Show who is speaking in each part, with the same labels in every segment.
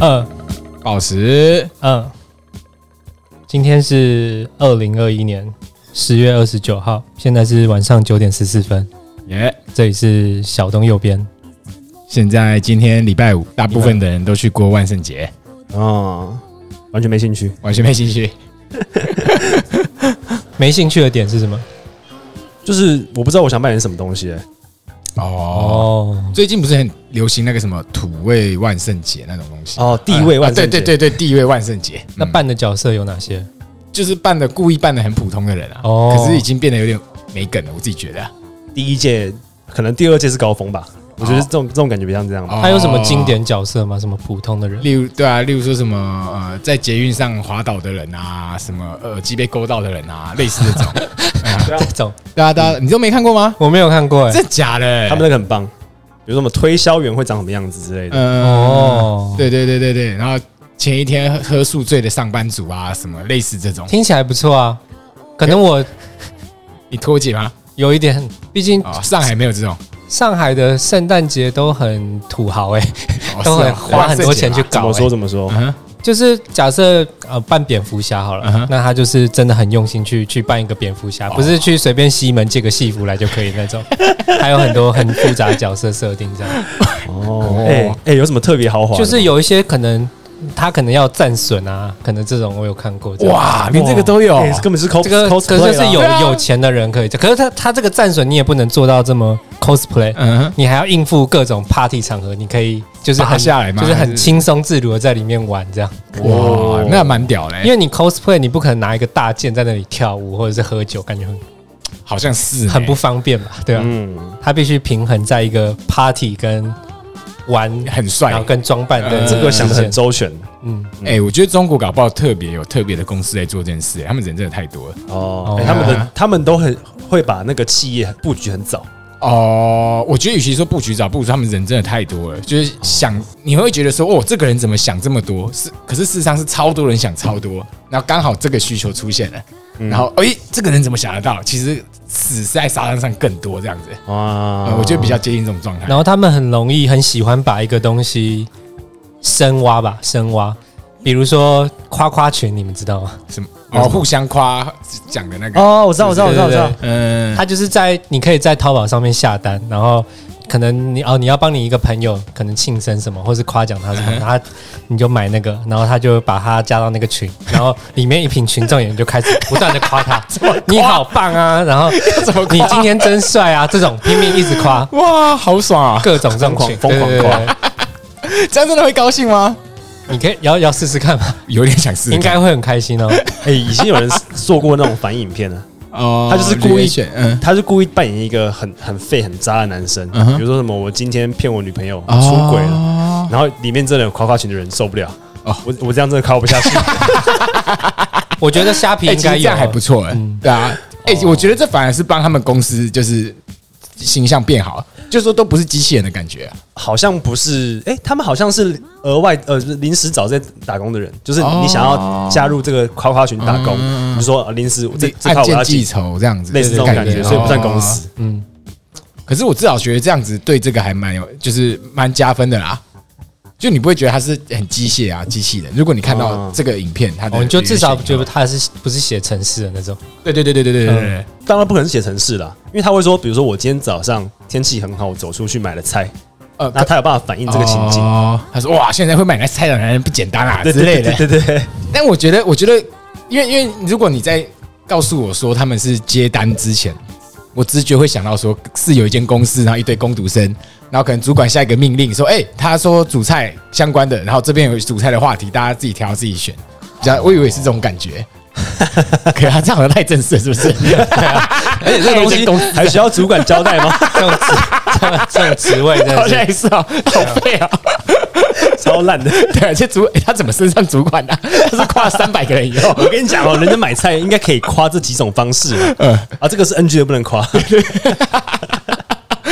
Speaker 1: 二
Speaker 2: 宝石，
Speaker 1: 二，嗯今天是二零二一年十月二十九号，现在是晚上九点十四分，
Speaker 2: 耶、
Speaker 1: 这里是小东右边。
Speaker 2: 现在今天礼拜五，大部分的人都去过万圣节，
Speaker 3: 哦，完全没兴趣，
Speaker 2: 完全没兴趣。
Speaker 1: 没兴趣的点是什么？
Speaker 3: 就是我不知道我想扮演什么东西、欸
Speaker 2: 哦，
Speaker 1: 哦，
Speaker 2: 最近不是很流行那个什么土味万圣节那种东西？
Speaker 3: 哦，地位万圣节、
Speaker 2: 啊对对对对，地位万圣节。嗯
Speaker 1: 那扮的角色有哪些？
Speaker 2: 就是扮的故意扮的很普通的人啊，
Speaker 1: 哦
Speaker 2: 可是已经变得有点没梗了，我自己觉得啊。
Speaker 3: 第一届可能第二届是高峰吧，我觉得这种这种感觉比较像这样
Speaker 2: 嗯
Speaker 3: 吧。
Speaker 1: 哦他有什么经典角色吗？什么普通的人？
Speaker 2: 哦例如对啊，例如说什么呃，在捷运上滑倒的人啊，什么耳机被勾到的人啊，类似这种。
Speaker 1: 这种
Speaker 2: 对啊，对啊，你都没看过吗？
Speaker 1: 我没有看过哎、
Speaker 2: 真假的？
Speaker 3: 他们那个很棒，比如说什么推销员会长什么样子之类的。
Speaker 2: 呃，
Speaker 1: 哦
Speaker 2: 对对对对对，然后前一天喝喝宿醉的上班族啊，什么类似这种，
Speaker 1: 听起来不错啊。可能我
Speaker 2: 你脱节吗？
Speaker 1: 有一点，毕竟
Speaker 2: 哦，上海没有这种，
Speaker 1: 上海的圣诞节都很土豪哎、
Speaker 2: 哦
Speaker 1: 都
Speaker 2: 是
Speaker 1: 很
Speaker 2: 哦
Speaker 1: 花很多钱去
Speaker 3: 怎
Speaker 1: 搞、
Speaker 3: 么
Speaker 1: 欸
Speaker 3: 说。怎么说？
Speaker 2: 嗯哼
Speaker 1: 就是假设呃扮蝙蝠侠好了
Speaker 2: 嗯哼哦
Speaker 1: 那他就是真的很用心去去扮一个蝙蝠侠，不是去随便西门借个戏服来就可以那 种。还有很多很复杂的角色设定这样，
Speaker 3: 哦，哎、哎、有什么特别豪华的吗？
Speaker 1: 就是有一些可能他可能要战损啊，可能这种我有看过这样。
Speaker 2: 哇，连这个都有
Speaker 3: 哎、，根本是 cos
Speaker 1: 这个可
Speaker 3: cosplay
Speaker 1: 是就是
Speaker 3: 啦
Speaker 1: 有
Speaker 2: 对啊
Speaker 1: 有钱的人可以，可是他他这个战损你也不能做到这么 cosplay，
Speaker 2: 嗯哼，
Speaker 1: 你还要应付各种 party 场合，你可以就是
Speaker 2: 拔
Speaker 1: 很
Speaker 2: 下来吗
Speaker 1: 就是
Speaker 2: 还
Speaker 1: 很
Speaker 2: 是
Speaker 1: 轻松自如的在里面玩这样。
Speaker 2: 哇，那蛮屌
Speaker 1: 因
Speaker 2: 嘞，
Speaker 1: 为你 cosplay 你不可能拿一个大剑在那里跳舞或者是喝酒，感觉很
Speaker 2: 好像是呢
Speaker 1: 很不方便吧？对啊，
Speaker 3: 嗯，
Speaker 1: 他必须平衡在一个 party 跟玩，
Speaker 2: 很
Speaker 1: 然后
Speaker 2: 帅。
Speaker 1: 跟装扮的
Speaker 2: 嗯
Speaker 3: 这个想的
Speaker 1: 之间，
Speaker 3: 很周全
Speaker 1: 嗯，
Speaker 2: 哎，我觉得中国搞不好特别有特别的公司在做这件事，他们人真的太多了。
Speaker 3: 哦、哎
Speaker 1: 哦
Speaker 3: 他们的他们都很会把那个企业布局很早，
Speaker 2: 哦，我觉得与其说布局早，不如说他们人真的太多了。就是想，你会觉得说，哦，这个人怎么想这么多？是，可是事实上是超多人想超多，然后刚好这个需求出现了，
Speaker 3: 嗯
Speaker 2: 然后哎、这个人怎么想得到？其实死在沙滩上更多这样子，
Speaker 3: 哇
Speaker 2: 呃我觉得比较接近这种状态。
Speaker 1: 然后他们很容易很喜欢把一个东西深挖吧，深挖，比如说夸夸群，你们知道吗？
Speaker 2: 什么？哦，互相夸讲的那个，
Speaker 3: 哦，我知道，我知道，我
Speaker 1: 对
Speaker 3: 知道，我知道
Speaker 1: 对，
Speaker 2: 嗯，
Speaker 1: 他就是在你可以在淘宝上面下单，然后可能你哦你要帮你一个朋友可能庆生什么，或是夸奖他什
Speaker 2: 嗯
Speaker 1: 么，他你就买那个，然后他就把他加到那个群，然后里面一群群众也就开始不断的夸 他，你好棒啊，然后你今天真帅啊，这种拼命一直夸。
Speaker 2: 哇，好爽啊！
Speaker 1: 各种啊 这种群
Speaker 3: 疯狂
Speaker 1: 对对对对
Speaker 2: 这样真的会高兴吗？
Speaker 1: 你可以要要试试看吧，
Speaker 2: 有点想试试看，
Speaker 1: 应该会很开心哦。
Speaker 3: 哎、已经有人做过那种反影片了。
Speaker 2: 哦
Speaker 3: 他就是故意
Speaker 2: 选，嗯，
Speaker 3: 他是故意扮演一个很很废很渣的男生，
Speaker 2: 嗯哼哦
Speaker 3: 比如说什么我今天骗我女朋友出轨了，
Speaker 2: 了。
Speaker 3: 然后里面真的有夸夸群的人受不了，
Speaker 2: 哦
Speaker 3: 我我这样真的夸 不下去，
Speaker 1: 我觉得虾皮
Speaker 2: 哎，
Speaker 1: 应
Speaker 2: 其实
Speaker 1: 该
Speaker 2: 这
Speaker 1: 有啊
Speaker 2: 样还不错哎、
Speaker 1: 嗯
Speaker 2: 对啊，哎、我觉得这反而是帮他们公司就是形象变好，就是说都不是机器人的感觉、啊，
Speaker 3: 好像不是，哎、他们好像是额外呃临时找在打工的人，就是
Speaker 2: 哦
Speaker 3: 你想要加入这个夸夸群打工，
Speaker 2: 嗯
Speaker 3: 你说呃临时这这
Speaker 2: 按
Speaker 3: 块我
Speaker 2: 件
Speaker 3: 要
Speaker 2: 记
Speaker 3: 记，
Speaker 2: 仇这样子，
Speaker 3: 类似这种
Speaker 2: 对
Speaker 3: 感觉，所以不算公。司
Speaker 2: 哦。
Speaker 1: 嗯，
Speaker 2: 可是我至少觉得这样子对这个还蛮有，就是蛮加分的啦。就你不会觉得它是很机械啊，机器人。如果你看到
Speaker 3: 哦
Speaker 2: 这个影片，它的
Speaker 1: 我们就至少觉得
Speaker 2: 原型
Speaker 1: 他是不是写城市的那种。
Speaker 2: 对对对对对对对对对，
Speaker 3: 当然不可能是写城市啦，因为他会说，比如说我今天早上天气很好，我走出去买了菜，
Speaker 2: 呃
Speaker 3: 那他有办法反映这个情境，
Speaker 2: 哦，他说哇，现在会买来菜的男人不简单啊之
Speaker 3: 对对
Speaker 2: 类
Speaker 3: 对
Speaker 2: 的
Speaker 3: 对。对对，
Speaker 2: 但我觉得，我觉得，因为因为如果你在告诉我说他们是接单之前，我直觉会想到说是有一间公司，然后一堆工读生，然后可能主管下一个命令说，哎、他说主菜相关的，然后这边有主菜的话题，大家自己挑自己选。比较，我以为是这种感觉。可是他啊这样好像太正式了，是不是？啊
Speaker 3: 而且这个
Speaker 2: 还
Speaker 3: 东
Speaker 2: 有一间
Speaker 3: 西
Speaker 2: 公
Speaker 3: 还需要主管交代吗？
Speaker 1: 这种职这种这种职位真
Speaker 2: 好
Speaker 1: 的
Speaker 2: 像
Speaker 1: 是
Speaker 2: 也是哦，好废哦。
Speaker 3: 超烂的。
Speaker 2: 对，而且主、哎他怎么升上主管的、啊？他是跨三百个人以后，
Speaker 3: 我跟你讲哦，人家买菜应该可以夸这几种方式嘛，啊，这个是 NG 的不能夸，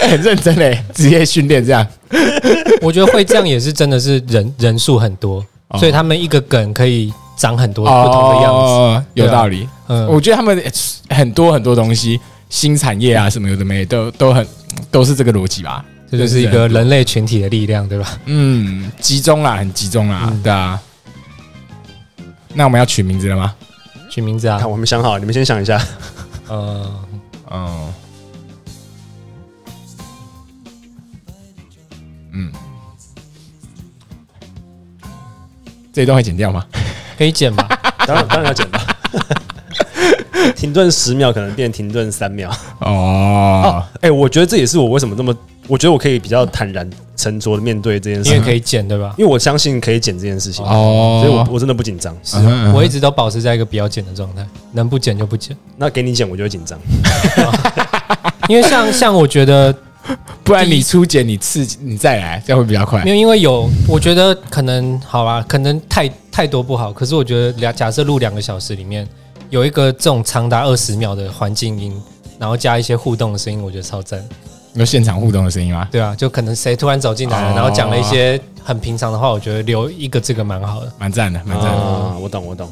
Speaker 2: 哎很认真嘞，职业训练这样。
Speaker 1: 我觉得会这样也是真的是人人数很多，所以他们一个梗可以长很多不同的样子。
Speaker 2: 哦哦、有道理。
Speaker 1: 嗯
Speaker 2: 我觉得他们呃很多很多东西，新产业啊什么有的没的都都很都是这个逻辑吧。
Speaker 1: 这就是一个人类群体的力量，对吧？
Speaker 2: 嗯，集中啦，很集中啦，
Speaker 1: 嗯
Speaker 2: 对啊。那我们要取名字了吗？
Speaker 1: 取名字啊
Speaker 3: 看，我们想好，你们先想一下。
Speaker 2: 嗯
Speaker 1: 呃，
Speaker 2: 哦，嗯，这一段会剪掉吗？
Speaker 1: 可以剪 吧？
Speaker 3: 当然，当然要剪吧。 停顿十秒可能变停顿三秒。
Speaker 2: 哦
Speaker 3: 哦，，哎、我觉得这也是我为什么这么，我觉得我可以比较坦然沉着的面对这件事
Speaker 1: 因为
Speaker 3: 情，
Speaker 1: 可以剪，对吧？
Speaker 3: 因为我相信可以剪这件事情，
Speaker 2: 哦
Speaker 3: 所以我我真的不紧张。
Speaker 1: 是
Speaker 2: 嗯哼嗯，哼
Speaker 1: 我一直都保持在一个比较剪的状态，能不剪就不剪。
Speaker 3: 那给你剪，我就会紧张。
Speaker 1: 因为像 像我觉得
Speaker 2: 不然你初剪，你次你再来，这样会比较快
Speaker 1: 没。有，因为有，我觉得可能好吧，可能太太多不好。可是我觉得两假设录两个小时里面有一个这种长达二十秒的环境音，然后加一些互动的声音，我觉得超赞。
Speaker 2: 有现场互动的声音吗？
Speaker 1: 对啊，就可能谁突然走进来
Speaker 2: 哦
Speaker 1: 了，然后讲了一些很平常的话，我觉得留一个这个蛮
Speaker 3: 嗯
Speaker 1: 好的。
Speaker 2: 蛮赞的，蛮赞的。
Speaker 3: 啊，我懂，我懂。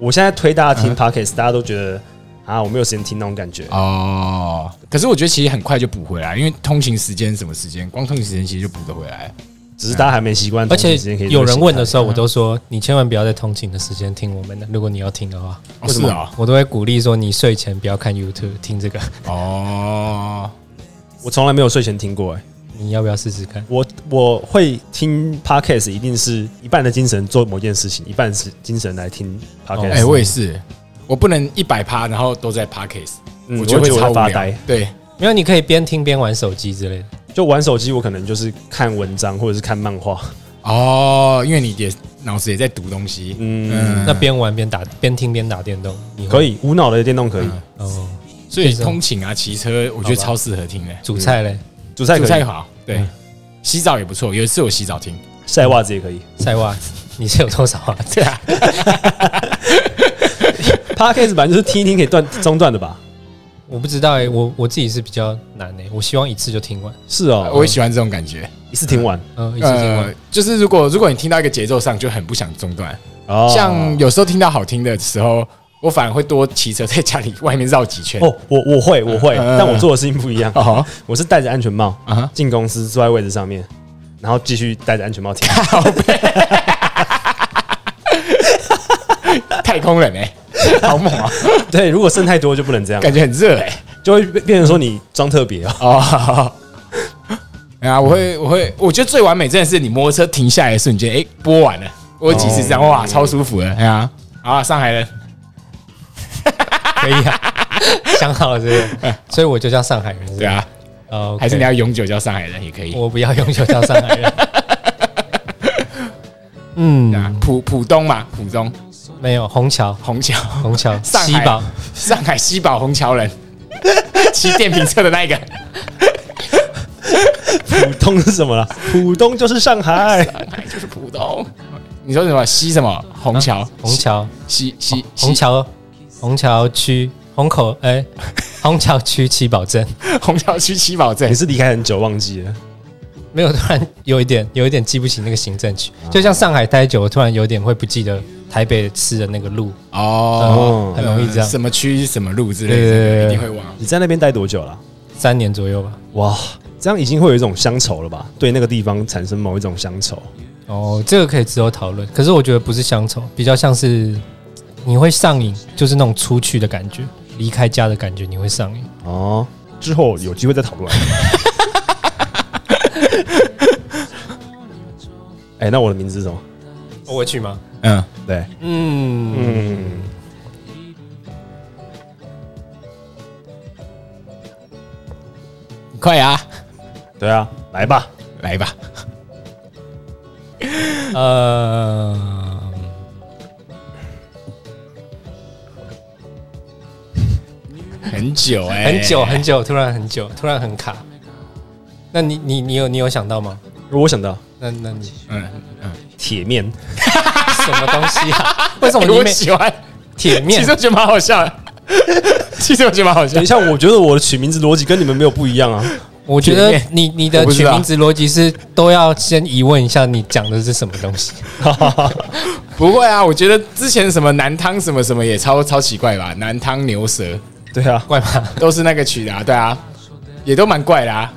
Speaker 3: 我现在推大家
Speaker 1: 啊
Speaker 3: 听 podcast，大家都觉得啊，我没有时间听那种感觉。
Speaker 2: 哦，可是我觉得其实很快就补回来，因为通勤时间什么时间，光通勤时间其实就补得回来。
Speaker 3: 只是大家还没习惯。
Speaker 1: 而且
Speaker 3: 同时之间可以
Speaker 1: 有人问的时候，
Speaker 2: 嗯
Speaker 1: 我都说你千万不要在通勤的时间听我们的，如果你要听的话，
Speaker 2: 哦，是哦，
Speaker 1: 我都会鼓励说你睡前不要看 YouTube 听这个，
Speaker 2: 哦，
Speaker 3: 这个事情，我从来没有睡前听过、哎，
Speaker 1: 你要不要试试看？
Speaker 3: 我我会听 podcast，一定是一半的精神做某件事情，一半是精神来听 podcast。
Speaker 2: 哎、我也是，我不能一百趴，然后都在 parkes，、
Speaker 3: 嗯
Speaker 2: 我就
Speaker 3: 我
Speaker 2: 会
Speaker 3: 觉得我
Speaker 2: 超
Speaker 3: 会
Speaker 2: 无
Speaker 3: 发
Speaker 2: 聊
Speaker 3: 呆。
Speaker 2: 对，
Speaker 1: 没有，你可以边听边玩手机之类的。
Speaker 3: 就玩手机，我可能就是看文章或者是看漫画。
Speaker 2: 哦，因为你也脑子也在读东西，
Speaker 3: 嗯，
Speaker 1: 那边玩边打，边听边打电动，你会
Speaker 3: 可以无脑的电动可以，
Speaker 1: 哦。
Speaker 2: 所以
Speaker 1: 是啊
Speaker 2: 通勤啊、骑车，我觉得超适合听的。
Speaker 1: 煮菜嘞，
Speaker 3: 煮菜
Speaker 2: 煮
Speaker 3: 可
Speaker 2: 菜
Speaker 3: 以，嗯
Speaker 2: 好，对，洗澡也不错。有一次我洗澡听，
Speaker 3: 晒袜子也可以。
Speaker 1: 晒袜子， 你是有多少袜 子？
Speaker 3: 啊 podcast 版就是听一听可以断中断的吧？
Speaker 1: 我不知道哎、我我自己是比较难哎、我希望一次就听完，
Speaker 3: 是哦，
Speaker 2: 我也喜欢这种感觉。
Speaker 3: 一次听完。
Speaker 1: 嗯、一次听
Speaker 3: 呃
Speaker 1: 完。，
Speaker 2: 呃就是如果如果你听到一个节奏上，就很不想中断。
Speaker 3: 哦
Speaker 2: 像有时候听到好听的时候，我反而会多骑车在家里外面绕几圈。
Speaker 3: 哦，我我会我会，
Speaker 1: 啊
Speaker 2: 嗯
Speaker 3: 但我做的事情不一样。
Speaker 2: 哦，
Speaker 3: 我是戴着安全帽
Speaker 2: 啊哈
Speaker 3: 进公司，坐在位置上面，然后继续戴着安全帽听。
Speaker 2: 太空人哎、好猛啊，
Speaker 3: 对，如果剩太多就不能这 样，
Speaker 2: 感觉很热哎、
Speaker 3: 就会变变成说你装特别哦。
Speaker 2: 哦，好 好哎呀，我会，我会，我觉得最完美真的是你摩托车停下来的瞬间，哎、播完了，我有几次这样，哇，超舒服的，哎呀，好啊，上海人，
Speaker 1: 可以啊， 想好了是不是，所以我就叫上海人是不
Speaker 2: 对
Speaker 1: 是。
Speaker 2: 啊，
Speaker 1: 哦，
Speaker 2: 还是你要永久叫上海人也可以，
Speaker 1: 我不要永久叫上海人。
Speaker 2: 对
Speaker 1: 嗯，
Speaker 2: 啊，浦浦东嘛，浦东
Speaker 1: 没有虹桥，
Speaker 2: 虹桥，
Speaker 1: 虹桥
Speaker 2: 上
Speaker 1: 西
Speaker 2: 海
Speaker 1: 宝，
Speaker 2: 上海西宝虹桥人， 骑电瓶车的那一个，
Speaker 3: 浦东是什么啦？浦东就是上 海。
Speaker 2: 上海哎就是浦东， 你说什么西什么虹桥，
Speaker 1: 虹桥，
Speaker 2: 西西
Speaker 1: 啊虹
Speaker 2: 西
Speaker 1: 桥，虹桥区，虹口哎， 虹桥区七宝镇。
Speaker 2: 虹桥区七宝 镇
Speaker 3: 你，是离开很久忘记了？
Speaker 1: 没有，突然有一点，有一点记不起那个行政区，
Speaker 2: 啊
Speaker 1: 就像上海待久，我突然有点会不记得台北吃的那个路，
Speaker 2: 哦，
Speaker 1: 嗯很容易这样
Speaker 2: 呃什么区什么路之类
Speaker 1: 对对
Speaker 2: 的，
Speaker 1: 对
Speaker 2: 一定会忘。
Speaker 3: 你在那边待多久了？
Speaker 1: 三年左右吧。
Speaker 3: 哇，这样已经会有一种乡愁了吧？对那个地方产生某一种乡愁。
Speaker 1: 哦，这个可以之后讨论。可是我觉得不是乡愁，比较像是你会上瘾，就是那种出去的感觉，离开家的感觉，你会上瘾。
Speaker 3: 哦，之后有机会再讨 论。哎、那我的名字是什么？
Speaker 1: 我会去吗？
Speaker 2: 嗯，
Speaker 3: 对，
Speaker 1: 嗯，
Speaker 3: 嗯，
Speaker 2: 快啊，
Speaker 3: 对啊，来吧，
Speaker 2: 来吧。嗯
Speaker 1: 呃，
Speaker 2: 很久哎、
Speaker 1: 很久 很久，突然很久，突然很卡。那你你你有你有想到吗？
Speaker 3: 我想到
Speaker 1: 那那你
Speaker 2: 嗯，
Speaker 3: 铁面，
Speaker 1: 什么东西 啊？为什么你
Speaker 2: 哎我
Speaker 1: 每
Speaker 2: 喜欢，
Speaker 1: 铁
Speaker 2: 其
Speaker 1: 面
Speaker 2: 实我觉得蛮好 笑的，其实我觉得蛮好笑
Speaker 3: 等一。下，我觉得我的取名字逻辑跟你们没有不一样啊。
Speaker 1: 我觉得你你的
Speaker 2: 我不知
Speaker 1: 取
Speaker 2: 道
Speaker 1: 名字逻辑是都要先疑问一下你讲的是什么东西。
Speaker 2: 不会啊，我觉得之前什么南汤什么什么也超超奇怪吧，南汤牛舌
Speaker 3: 对啊，
Speaker 1: 怪吗？
Speaker 2: 都是那个曲的、啊，对啊，也都蛮怪的啊。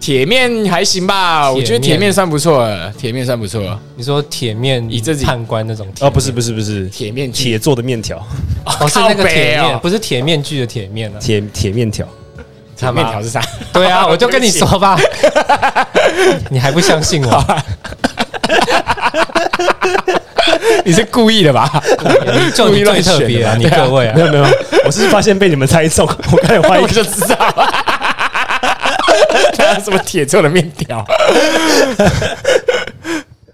Speaker 2: 铁面还行吧，我觉得
Speaker 1: 铁面
Speaker 2: 铁面算不错了，铁面算不错了。
Speaker 1: 你说铁面
Speaker 2: 以自己
Speaker 1: 判官那种铁面
Speaker 3: 哦，不是不是不是，
Speaker 2: 铁面具
Speaker 3: 铁做的面条，
Speaker 1: 哦，是那个
Speaker 2: 靠北
Speaker 1: 铁
Speaker 2: 哦
Speaker 1: 面，不是铁面具的铁面啊。
Speaker 3: 铁铁面条，
Speaker 1: 他妈
Speaker 2: 面条是啥？
Speaker 1: 对 啊，我就跟你说吧， 你还不相信
Speaker 2: 啊
Speaker 1: 我？
Speaker 2: 你是故意的 吧？
Speaker 1: 你就
Speaker 2: 故
Speaker 1: 你最
Speaker 2: 意乱选
Speaker 1: 特
Speaker 2: 的
Speaker 1: 别啊，
Speaker 2: 吧
Speaker 1: 你
Speaker 2: 对啊
Speaker 1: 各位啊
Speaker 3: 没，有没有，我是发现被你们猜中，我开始怀疑
Speaker 2: 我就知道，他 什么铁做的面条。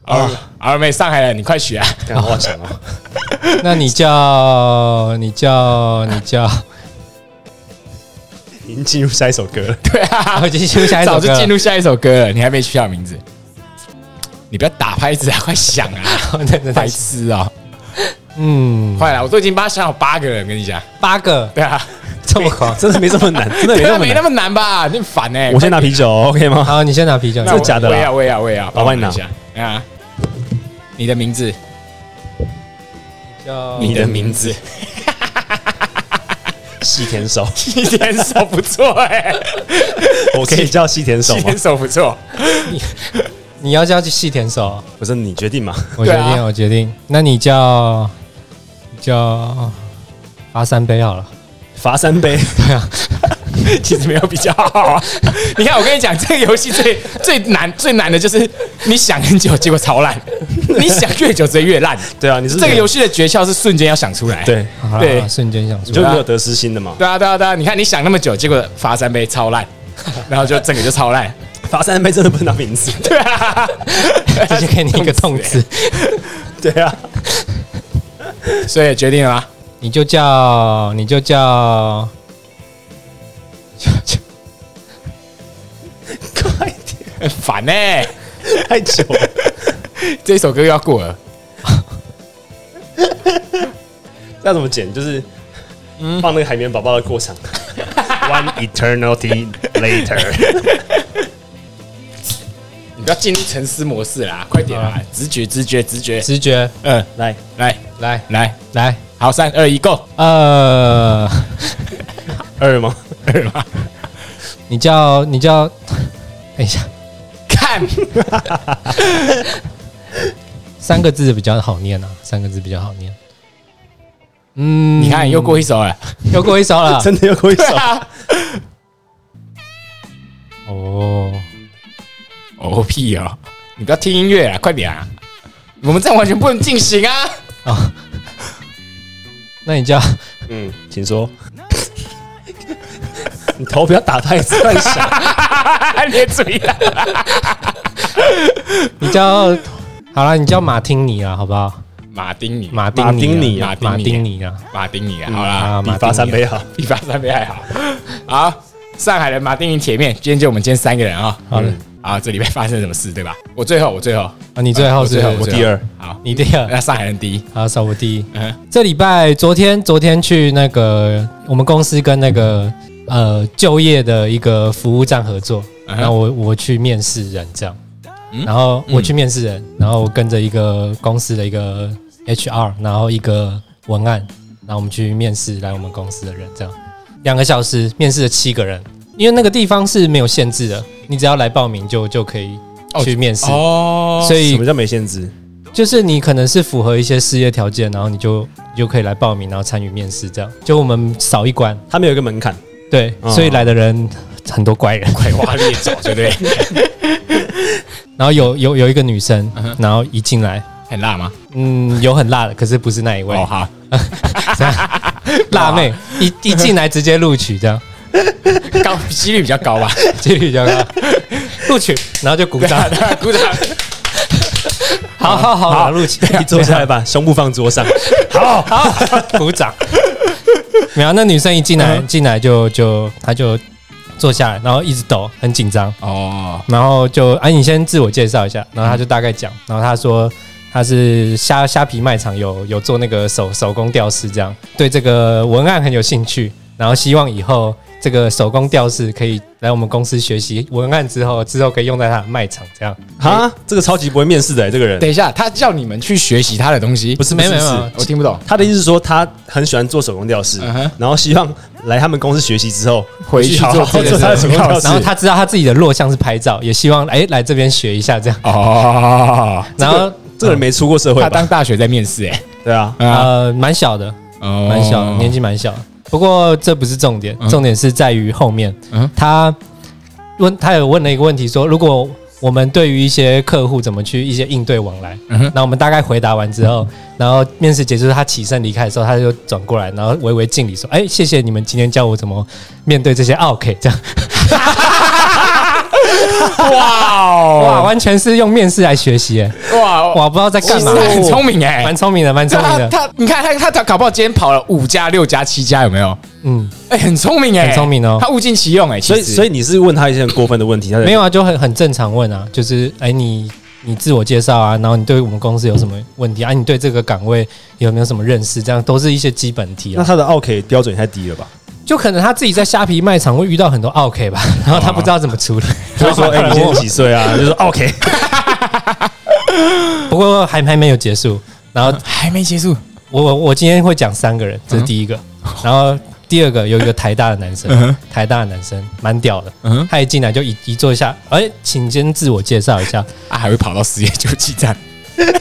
Speaker 2: 啊，二妹上海人，你快学啊！
Speaker 3: 干好强哦！
Speaker 1: 那你叫你叫你叫，
Speaker 3: 已经进入下一首歌了，
Speaker 2: 对啊，
Speaker 1: 我已经进入下一首
Speaker 2: 早
Speaker 1: 歌
Speaker 2: 就
Speaker 1: 了
Speaker 2: 进入下一首歌了，你还没取好名字，你不要打拍子啊，快想 啊，
Speaker 1: 对对
Speaker 2: 白
Speaker 1: 对，
Speaker 2: 痴啊！
Speaker 1: 嗯，
Speaker 2: 快啦，我都已经帮他想好八个人，跟你讲，
Speaker 1: 八个
Speaker 2: 对啊，
Speaker 1: 这么狂。
Speaker 3: 真的没这么难，真的没
Speaker 2: 对
Speaker 3: 这
Speaker 2: 啊，
Speaker 3: 么
Speaker 2: 没那
Speaker 3: 难。
Speaker 2: 么难吧？你很烦哎，
Speaker 3: 我先拿啤酒，OK 吗？
Speaker 1: 好，你先拿啤酒。
Speaker 2: 那我
Speaker 3: 真的假的
Speaker 2: 我
Speaker 3: 啦
Speaker 2: 也要，我也要，我也要，
Speaker 3: 老板拿
Speaker 2: 帮我一下啊！你的名字，
Speaker 1: 叫
Speaker 2: 你的名字，
Speaker 3: 西田手，
Speaker 2: 西田手不错哎，
Speaker 3: 我可以叫西田手
Speaker 2: 西
Speaker 3: 吗
Speaker 2: 田？手不错，
Speaker 1: 你要叫细田守，
Speaker 3: 不是你决定嘛？
Speaker 1: 我决
Speaker 2: 对
Speaker 1: 定，
Speaker 2: 啊
Speaker 1: 我决定。那你叫叫八三杯好了。
Speaker 3: 罚三杯，
Speaker 2: 其实没有比较好啊。你看，我跟你讲，这个游戏最 最难最难的就是你想很久，结果超 烂；你想越久，直接越烂。
Speaker 3: 对啊，你是
Speaker 2: 这个游戏的诀窍是瞬间要想出来。
Speaker 3: 对，
Speaker 1: 好
Speaker 2: 对
Speaker 1: 了，瞬间想出
Speaker 3: 你
Speaker 1: 来
Speaker 3: 就没有得失心的嘛？
Speaker 2: 对啊，对啊，对啊！你看，你想那么久，结果罚三杯超 烂，然后就整个就超烂。
Speaker 3: 罚三杯真的不能当名字，
Speaker 2: 对啊，
Speaker 1: 直接给你一个动 词，
Speaker 3: 对啊，
Speaker 2: 所以决定了吗？
Speaker 1: 你就叫你就叫
Speaker 3: 快点，
Speaker 2: 很烦呢、欸，
Speaker 3: 太久了，
Speaker 2: 这首歌又要过了。
Speaker 3: 要怎么剪？就是放那个海绵宝宝的过场 ，One eternity later，
Speaker 2: 你不要进入沉思模式啦，快点啦！直觉，直觉，直觉。
Speaker 1: 直觉
Speaker 2: 啊嗯，
Speaker 3: 来，
Speaker 2: 来
Speaker 1: 来
Speaker 2: 来，
Speaker 1: 来
Speaker 2: 好，三二一，Go！
Speaker 1: 呃，
Speaker 3: 二吗？
Speaker 1: 你叫你叫，等一下，
Speaker 2: 看，
Speaker 1: 三个字比较好念啊，三个字比较好念。嗯，
Speaker 2: 你看又过一首了。
Speaker 1: 又过一首了，
Speaker 3: 真的又过一首，
Speaker 1: 哦，
Speaker 2: 哦屁哦！你不要听音乐啊，快点啊！我们这样完全不能进行啊！
Speaker 1: 哦 那你叫
Speaker 3: 嗯，请说。你头不要打太乱想，
Speaker 2: 你的嘴啊！
Speaker 1: 你叫好了，你叫马丁尼啊，好不好？
Speaker 2: 马丁尼，
Speaker 1: 马丁尼啊，
Speaker 2: 马
Speaker 1: 马
Speaker 2: 丁
Speaker 1: 丁
Speaker 2: 尼
Speaker 1: 尼啊，
Speaker 2: 马丁尼啊，好啦，
Speaker 1: 啊
Speaker 3: 比
Speaker 1: 马
Speaker 3: 罚
Speaker 1: 丁
Speaker 3: 三
Speaker 1: 尼啊
Speaker 3: 杯好。
Speaker 2: 比八三倍还好。好，上海人马丁尼铁面，今天就我们今天三个人啊。
Speaker 1: 好了，
Speaker 2: 啊，这里面发生什么事对吧？我最后，我最后，
Speaker 1: 啊，你最后是
Speaker 2: 我最后，
Speaker 1: 我
Speaker 2: 我
Speaker 1: 第
Speaker 3: 第二。
Speaker 2: 好，
Speaker 1: 你第二，
Speaker 2: 那上海人第一。
Speaker 1: 好，少我第一。
Speaker 2: 嗯，
Speaker 1: 这礼拜昨天昨天去那个我们公司跟那个呃就业的一个服务站合作，
Speaker 2: 嗯哼
Speaker 1: 然后我我去面试人这样，
Speaker 2: 嗯
Speaker 1: 然后我去面试人，然后我跟着一个公司的一个 HR，然后一个文案，然后我们去面试来我们公司的人这样，两个小时面试了七个人，因为那个地方是没有限制的，你只要来报名就就可以
Speaker 2: 哦
Speaker 1: 去面试，
Speaker 2: 哦
Speaker 1: 所以
Speaker 3: 什么叫没限制？
Speaker 1: 就是你可能是符合一些事业条件，然后你就你就可以来报名，然后参与面试，这样就我们少一关，
Speaker 3: 他们有一个门槛，
Speaker 1: 对，
Speaker 3: 嗯
Speaker 1: 所以来的人很多怪人，
Speaker 2: 快挖裂爪，对不对？
Speaker 1: 然后有有有一个女生，然后一进来，
Speaker 2: 很辣吗？
Speaker 1: 嗯，有很辣的，可是不是那一位
Speaker 2: 哦，好，
Speaker 1: 辣妹，一一进来直接录取，这样
Speaker 2: 高几率比较 高吧？
Speaker 1: 几率比较高，录取，然后就鼓 掌，
Speaker 2: 啊鼓掌。
Speaker 1: 好好好，好录取，
Speaker 3: 啊 你坐下来哎吧，胸部放桌上。
Speaker 1: 好好鼓掌。没有，那女生一进来，进来就就她就坐下来，然后一直抖，很紧张。
Speaker 2: 哦，
Speaker 1: 然后就哎、你先自我介绍一下。然后他就大概讲，然后他说他是虾虾皮卖场有有做那个手手工吊饰，这样对这个文案很有兴趣，然后希望以后这个手工吊饰可以来我们公司学习文案之后，之后可以用在他的卖场这样。
Speaker 3: 哈，这个超级不会面试的、欸、这个人，
Speaker 2: 等一下，他叫你们去学习他的东西，
Speaker 3: 不是不是
Speaker 1: 没有
Speaker 3: 不
Speaker 1: 没有没
Speaker 3: 是
Speaker 1: 有，
Speaker 2: 我听不懂。
Speaker 3: 他的意思是说他很喜欢做手工吊饰
Speaker 2: 嗯哼，
Speaker 3: 然后希望来他们公司学习之后，
Speaker 2: 回去
Speaker 3: 去好好
Speaker 2: 做这个
Speaker 3: 做他的
Speaker 2: 事
Speaker 3: 主要
Speaker 1: 然后他知道他自己的弱项是拍照，也希望哎、来这边学一下这样。
Speaker 2: 哦，
Speaker 1: 然后、
Speaker 3: 这个人没出过社会
Speaker 2: 他
Speaker 3: 吧？
Speaker 2: 当大学在面试哎，
Speaker 3: 对啊，
Speaker 2: 啊，
Speaker 1: 呃蛮小的，蛮
Speaker 2: 蛮
Speaker 1: 小的，年纪蛮小的。不过这不是重点，
Speaker 2: 哦嗯
Speaker 1: 重点是在于后面
Speaker 2: 嗯。
Speaker 1: 他问他有问了一个问题说，如果我们对于一些客户怎么去一些应对往来
Speaker 2: 嗯哼，
Speaker 1: 那我们大概回答完之后，然后面试结束，他起身离开的时候，他就转过来，然后微微敬礼说：“哎，谢谢你们今天教我怎么面对这些 OK 这样。”
Speaker 2: 哇
Speaker 1: 哇，
Speaker 2: 哦
Speaker 1: 完全是用面试来学习耶，
Speaker 2: 哇哦，
Speaker 1: 哇，不知道在干嘛
Speaker 2: 其，实他很聪明哎，
Speaker 1: 蛮聪明的，蛮聪明
Speaker 2: 他
Speaker 1: 的，
Speaker 2: 他，你看他他他搞不好今天跑了五家、六家、七家，有没有？
Speaker 1: 嗯，
Speaker 2: 哎、很聪明哎、
Speaker 1: 很聪明哦
Speaker 2: 他物尽其用哎、其
Speaker 3: 所
Speaker 2: 实
Speaker 3: 以所以你是问他一些很过分的问题，他
Speaker 1: 没有啊，就很很正常问啊，就是哎、你你自我介绍啊，然后你对我们公司有什么问题啊？你对这个岗位有没有什么认识？这样都是一些基本题
Speaker 3: 那
Speaker 1: 啊。
Speaker 3: 他的 OK 标准也太低了吧？
Speaker 1: 就可能他自己在虾皮卖场会遇到很多 OK 吧，然后他不知道怎么 处理。
Speaker 3: 就会说，哎，你现在几岁啊？就说 OK，
Speaker 1: 不过还还没有结束，然后
Speaker 2: 还没结束，
Speaker 1: 我我我今天会讲三个人，这是第 一个，然后第二个有一个台大的男生，
Speaker 2: 嗯哼
Speaker 1: 台大的男生蛮屌的，
Speaker 2: 嗯哼
Speaker 1: 他一进来就一一坐下，哎、请先自我介绍一下，
Speaker 2: 啊，还会跑到实业救济站，
Speaker 1: 没有，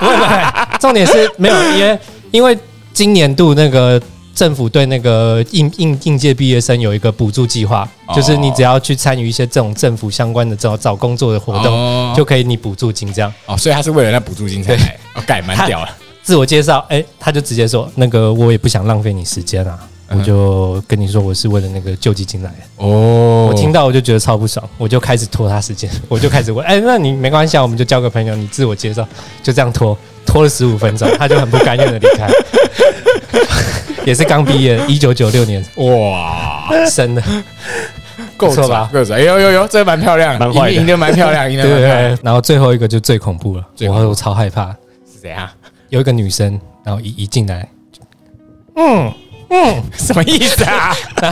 Speaker 1: 不会不会，重点是没有，因为因为今年度那个政府对那个应应应届毕业生有一个补助计划，
Speaker 2: 哦
Speaker 1: 就是你只要去参与一些这种政府相关的这种找工作的活动，
Speaker 2: 哦
Speaker 1: 就可以你补助金这样。
Speaker 2: 哦，所以他是为了那补助金才来，哦，改蛮屌了，
Speaker 1: 自我介绍，哎、他就直接说那个我也不想浪费你时间啊。
Speaker 2: 嗯
Speaker 1: 我就跟你说，我是为了那个救济金来的。
Speaker 2: 哦，
Speaker 1: 我听到我就觉得超不爽，我就开始拖他时间， 我就开始问，哎、那你没关系啊，我们就交个朋友，你自我介绍，就这样拖，拖了十五分钟，他就很不甘愿的离开， 也是刚毕业，一九九六年
Speaker 2: 哇，
Speaker 1: 生的，
Speaker 2: 够
Speaker 1: 不错吧
Speaker 2: 爽够爽，哎呦呦呦，这个蛮漂亮，
Speaker 3: 蛮坏的
Speaker 2: 赢赢得蛮漂亮，赢
Speaker 1: 对
Speaker 2: 得蛮
Speaker 1: 对
Speaker 2: 漂亮，
Speaker 1: 对，然后最后一个就最恐怖了，
Speaker 2: 啊最恐怖
Speaker 1: 我我超害怕，
Speaker 2: 是怎样？
Speaker 1: 有一个女生，然后一一进来，
Speaker 2: 什么意思啊？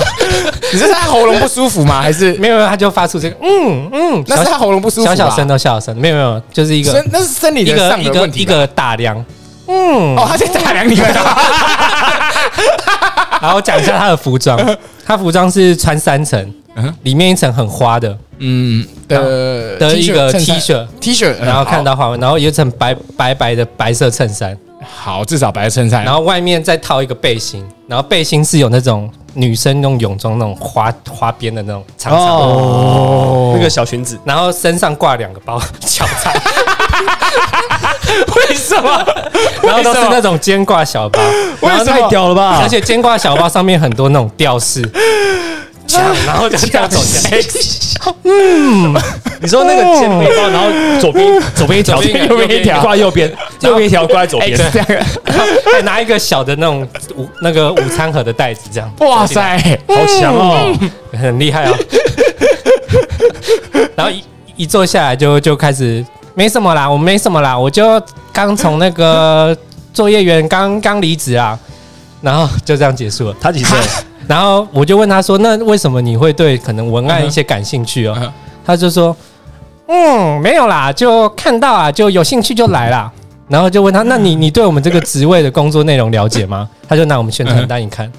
Speaker 2: 你是他喉咙不舒服吗？还是
Speaker 1: 没有没有，她就发出这个嗯嗯，
Speaker 2: 那
Speaker 1: 小
Speaker 2: 是他喉咙不舒服吧？
Speaker 1: 小小声都小小声，没有没有，就是一个
Speaker 2: 生，那是生理
Speaker 1: 一
Speaker 2: 的
Speaker 1: 个
Speaker 2: 上
Speaker 1: 一
Speaker 2: 的
Speaker 1: 个
Speaker 2: 问题
Speaker 1: 一
Speaker 2: 吧。
Speaker 1: 个打量，嗯，
Speaker 2: 哦，他在打量你 们啊，
Speaker 1: 然后讲一下她的服 装，她服装是穿三层
Speaker 2: 嗯，
Speaker 1: 里面一层很花的，
Speaker 2: 嗯的
Speaker 1: 的一个 T
Speaker 2: 恤
Speaker 1: 恤，
Speaker 2: T 恤，嗯
Speaker 1: 然后看到花纹，然后有一层白白白的白色衬衫，
Speaker 2: 嗯好，至少白衬衫，
Speaker 1: 然后外面再套一个背心，然后背心是有那种女生用泳装那种花花边的那种长长的，
Speaker 2: 哦
Speaker 3: 那个小裙子，
Speaker 1: 然后身上挂两个包小菜，
Speaker 2: 为什么？
Speaker 1: 然后都是
Speaker 2: 为什么
Speaker 1: 那种肩挂小包，
Speaker 2: 为
Speaker 1: 然后
Speaker 2: 什么
Speaker 1: 那个
Speaker 3: 太屌了吧
Speaker 1: 而？且肩挂小包上面很多那种吊饰，抢，然后就这样走 起来，
Speaker 3: 嗯你说那个肩背包，然后左边左边一条，
Speaker 1: 左边一
Speaker 3: 嗯右
Speaker 1: 条
Speaker 3: 边一条挂右边，右边一条挂在左边，
Speaker 2: 这样，
Speaker 1: 哎 还拿一个小的那种午那个午餐盒的袋子这样，
Speaker 2: 哇塞，
Speaker 3: 好强哦！
Speaker 1: 很厉害啊。 然后一一坐下来就就开始没什么啦，我没什么啦，我就刚从那个作业员刚刚离职啊，然后就这样结束了。
Speaker 3: 他几岁？
Speaker 1: 然后我就问他说：“那为什么你会对可能文案一些感兴趣哦
Speaker 2: 嗯哼？”
Speaker 1: 他就说：“嗯，没有啦，就看到啊，就有兴趣就来啦。”然后就问他：“那你你对我们这个职位的工作内容了解吗？”他就拿我们宣传单一看，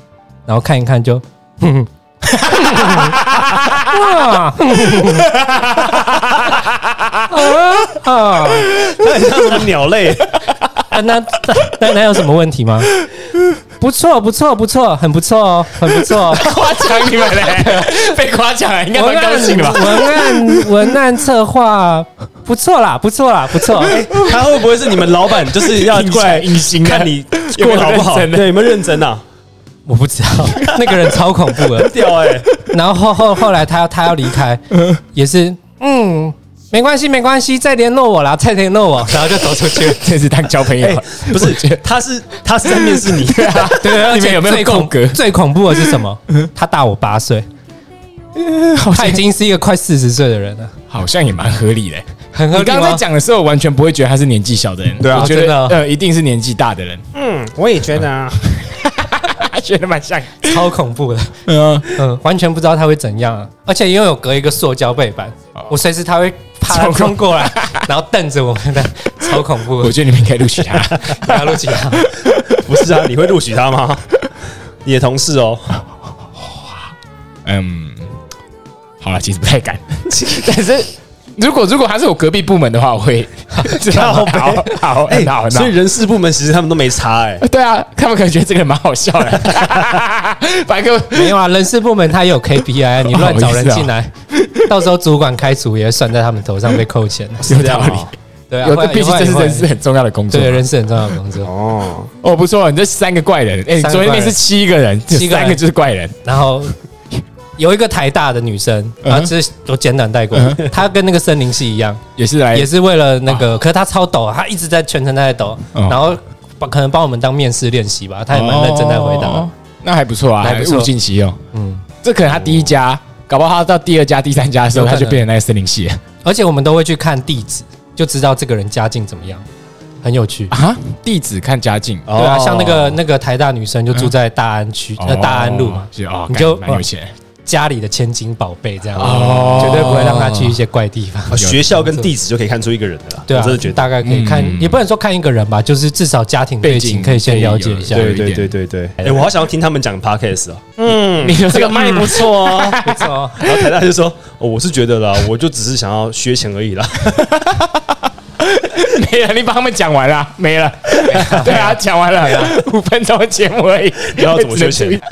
Speaker 1: 然后看一看就，哼哼哇哼哼啊啊！
Speaker 3: 他很像什么鸟类？
Speaker 1: 啊，那那那那有什么问题吗？不错，不错，不错，很不错哦，很不错、哦。
Speaker 2: 夸奖你们 嘞，被夸奖了，应该蛮高兴的吧？
Speaker 1: 文 案文案策划不错啦，不错啦，不错。
Speaker 3: 他会不会是你们老板？就是 要过来
Speaker 2: 隐形
Speaker 3: 看 你
Speaker 2: 有
Speaker 3: 过
Speaker 2: 没有
Speaker 3: 得好不好？
Speaker 2: 认真呢
Speaker 3: 对，有没有认真啊？
Speaker 1: 我不知道，那个人超恐怖的。
Speaker 3: 屌哎！
Speaker 1: 然后后后后来他他要离开，也是嗯，没关系，没关系，再联络我啦，再联络我，然 后就走 出去。
Speaker 2: 真是当交朋友
Speaker 3: 哎，不是，他是他是在面试你，
Speaker 1: 对，而
Speaker 2: 你
Speaker 1: 且
Speaker 2: 们有没有
Speaker 1: 最恐
Speaker 2: 空格
Speaker 1: 最恐怖的是什 么？他大我八 岁，他已经是一个快四十岁的人了，
Speaker 2: 好像也蛮合理的。
Speaker 1: 很合
Speaker 2: 你
Speaker 1: 理
Speaker 2: 刚刚在
Speaker 1: 吗？
Speaker 2: 讲的时候，我完全不会觉得他是年纪小的人，
Speaker 3: 对啊
Speaker 2: 我觉
Speaker 1: 真的
Speaker 2: 得
Speaker 1: 啊
Speaker 2: 呃，一定是年纪大的人，
Speaker 3: 我也觉得啊。
Speaker 2: 觉得蛮像。
Speaker 1: 超恐怖的。
Speaker 2: 嗯，
Speaker 1: 嗯，完全不知道他会怎样、啊，而且因为有隔一个塑胶背板，
Speaker 2: 哦
Speaker 1: 我随时他会啪
Speaker 2: 超
Speaker 1: 他
Speaker 2: 恐
Speaker 1: 冲过 来，然后瞪着我们的，超恐怖
Speaker 2: 我
Speaker 1: 的。
Speaker 2: 觉得你们应该录取他。
Speaker 1: 不要录起来，
Speaker 3: 不是啊，你会录取他吗？你的同事哦，
Speaker 2: 嗯，好了，其实不太敢，但是如果如果他是我隔壁部门的话，我会知道 好好好，很好很好
Speaker 3: 所以。人事部门其实他们都没差哎、
Speaker 2: 对啊，他们可能觉得这个人蛮好笑的，反正
Speaker 1: 没有啊，人事部门他也有 KPI，啊 你乱找人进来，到时候主管开除也算在他们头上被扣 钱，
Speaker 2: 有
Speaker 1: 这样
Speaker 2: 道理
Speaker 1: 吗。对啊，
Speaker 2: 有
Speaker 1: 会
Speaker 2: 这
Speaker 1: 啊
Speaker 2: 毕竟这是人事，很重要的工
Speaker 1: 会
Speaker 2: 作
Speaker 1: 啊
Speaker 2: 嘛。
Speaker 1: 对人事很重要的工作。
Speaker 3: 哦，
Speaker 2: 哦，不错，你这三个怪人，哎，你
Speaker 1: 三个
Speaker 2: 昨天
Speaker 1: 怪
Speaker 2: 那
Speaker 1: 人
Speaker 2: 是七个人，这
Speaker 1: 七个人
Speaker 2: 三个就是怪人。
Speaker 1: 然后有一个台大的女生，
Speaker 2: 嗯
Speaker 1: 啊，这是我简短带过
Speaker 2: 嗯，
Speaker 1: 她跟那个森林系一样，
Speaker 2: 也是来
Speaker 1: 也是为了那个，可是她超抖，她一直在全程都在抖，
Speaker 2: 哦
Speaker 1: 然后帮可能帮我们当面试练习吧，她也蛮认真在回答
Speaker 2: 哦。那还不错啊，
Speaker 1: 还不错
Speaker 2: 物尽其用。
Speaker 1: 嗯，
Speaker 2: 这可能他第一家，搞不好他到第二家、第三家的时候，
Speaker 1: 有可
Speaker 2: 他
Speaker 1: 能
Speaker 2: 就变成那个森林系了
Speaker 1: 而且我们都会去看地址，就知道这个人家境怎么样，很有趣。
Speaker 2: 啊。地址看家境，
Speaker 3: 哦
Speaker 1: 对啊，像那个那个台大女生就住在大安区，
Speaker 2: 哦
Speaker 1: 呃，大安路嘛，
Speaker 2: 是哦，
Speaker 1: 你
Speaker 2: 你
Speaker 1: 就
Speaker 2: 就蛮有钱。
Speaker 1: 家里的千金宝贝这样，
Speaker 2: 哦
Speaker 1: 绝对不会让她去一些怪地方。
Speaker 3: 啊学校跟地址就可以看出一个人的啦，
Speaker 1: 对啊，
Speaker 3: 我真的觉得。
Speaker 1: 大概可以看，
Speaker 2: 嗯
Speaker 1: 也不能说看一个人吧，就是至少家庭背景可以先了解一下。
Speaker 2: 背景
Speaker 3: 对
Speaker 2: 有一点
Speaker 3: 对对对对，哎、我好想要听他们讲 podcast 啊。嗯，
Speaker 2: 你说哎这
Speaker 3: 这
Speaker 2: 个
Speaker 3: 个卖不错哦。
Speaker 1: 没错，
Speaker 3: 然后台大就说、哦我是觉得啦，我就只是想要削钱而已啦。
Speaker 2: 没了，你帮他们讲完 了，没了。对啊，讲完了，五分钟的节目而已。
Speaker 3: 你要怎么削钱？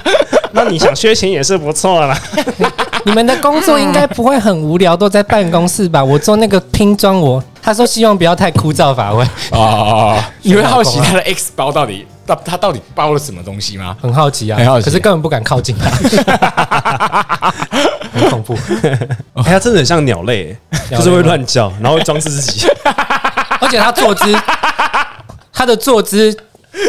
Speaker 3: 那你想削钱也是不错啦。
Speaker 1: 你们的工作应该不会很无聊，都在办公室吧？我做那个拼装我，他说希望不要太枯燥乏味，
Speaker 2: 哦，你会好奇他的 X 包到底，到他到底包了什么东西吗？
Speaker 1: 很好奇啊，
Speaker 2: 很好奇
Speaker 1: 可是根本不敢靠近 他，很恐怖。
Speaker 3: 哎、他真的很像鸟类、
Speaker 1: 鸟类
Speaker 3: 就是会乱叫，然后会装自己。
Speaker 1: 而且他坐姿，他的坐姿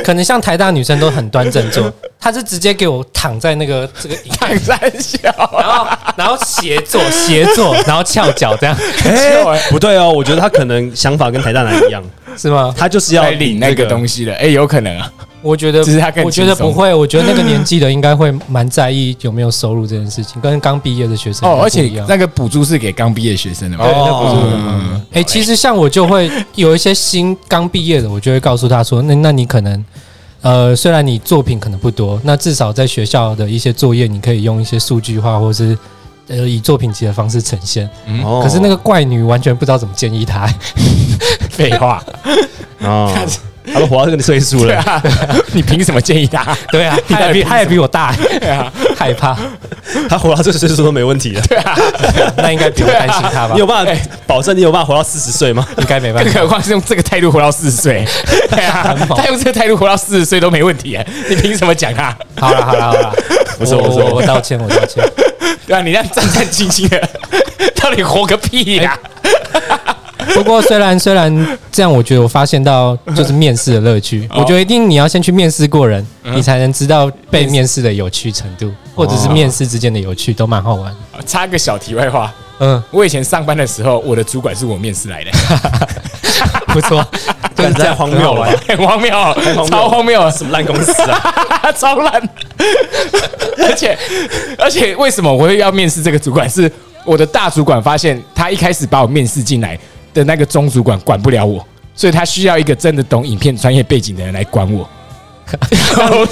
Speaker 1: 可能像台大女生都很端正坐，他是直接给我躺在那个这个椅
Speaker 2: 看 三笑，
Speaker 1: 然后然后斜坐斜坐，然后翘脚这样
Speaker 3: 哎、不对哦，我觉得他可能想法跟台大男一样，
Speaker 1: 是吗？
Speaker 3: 他就是要
Speaker 2: 要领那个东
Speaker 3: 西。
Speaker 2: 西了。哎，有可能啊。
Speaker 1: 我觉得
Speaker 2: 只是他更
Speaker 1: 我觉
Speaker 2: 轻
Speaker 1: 得
Speaker 2: 松
Speaker 1: 不会，我觉得那个年纪的应该会蛮在意有没有收入这件事情，跟刚毕业的学生
Speaker 2: 哦，而
Speaker 1: 不
Speaker 2: 且
Speaker 1: 一样
Speaker 2: 那个补助是给刚毕业学生的嘛？
Speaker 1: 对那补助
Speaker 2: 嗯，
Speaker 1: 哎、其实像我就会有一些新刚毕业的，我就会告诉他说，那那你可能，呃，虽然你作品可能不多，那至少在学校的一些作业，你可以用一些数据化或是呃以作品集的方式呈现。
Speaker 3: 哦
Speaker 1: 可是那个怪女完全不知道怎么建议 他，
Speaker 2: 废话，
Speaker 3: 哦，他都活到这个岁数
Speaker 2: 对
Speaker 3: 了，
Speaker 2: 啊， 你凭什么建议他？
Speaker 1: 对啊，他也比他也比我大，
Speaker 2: 对啊，
Speaker 1: 害怕，
Speaker 3: 他活到这个岁数都没问题了。
Speaker 1: 那应该不用担心他吧
Speaker 3: 你？有办法保证你有办法活到四十岁吗？
Speaker 1: 应该没办
Speaker 2: 更
Speaker 1: 法。
Speaker 2: 何况是用这个态度活到四十岁，对啊，
Speaker 1: 猛
Speaker 2: 他用这个态度活到四十岁都没问题哎，你凭什么讲他？
Speaker 1: 好了好了好了，
Speaker 3: 不错
Speaker 1: 我
Speaker 3: 不错
Speaker 1: 哦我我道歉我道歉。
Speaker 2: 对啊，你那样战战兢兢的， 到底活个屁呀？
Speaker 1: 不过虽然虽然这样，我觉得我发现到就是面试的乐趣。
Speaker 2: 哦
Speaker 1: 我觉得一定你要先去面试过人，你才能知道被面试的有趣程度，或者是面试之间的有趣，都蛮好玩。
Speaker 2: 插个小题外话，
Speaker 1: 嗯，
Speaker 2: 我以前上班的时候，我的主管是我面试来的，
Speaker 1: 不错，就是这样
Speaker 3: 太荒谬
Speaker 1: 很好
Speaker 3: 了
Speaker 1: 玩
Speaker 2: 很 荒谬哦
Speaker 3: 荒，谬
Speaker 2: 超荒谬，
Speaker 3: 什么烂公司啊！
Speaker 2: 超烂。 而且而且，为什么我会要面试这个主管？是我的大主管发现，他一开始把我面试进来的那个中主管管不了我，所以他需要一个真的懂影片专业背景的人来管我。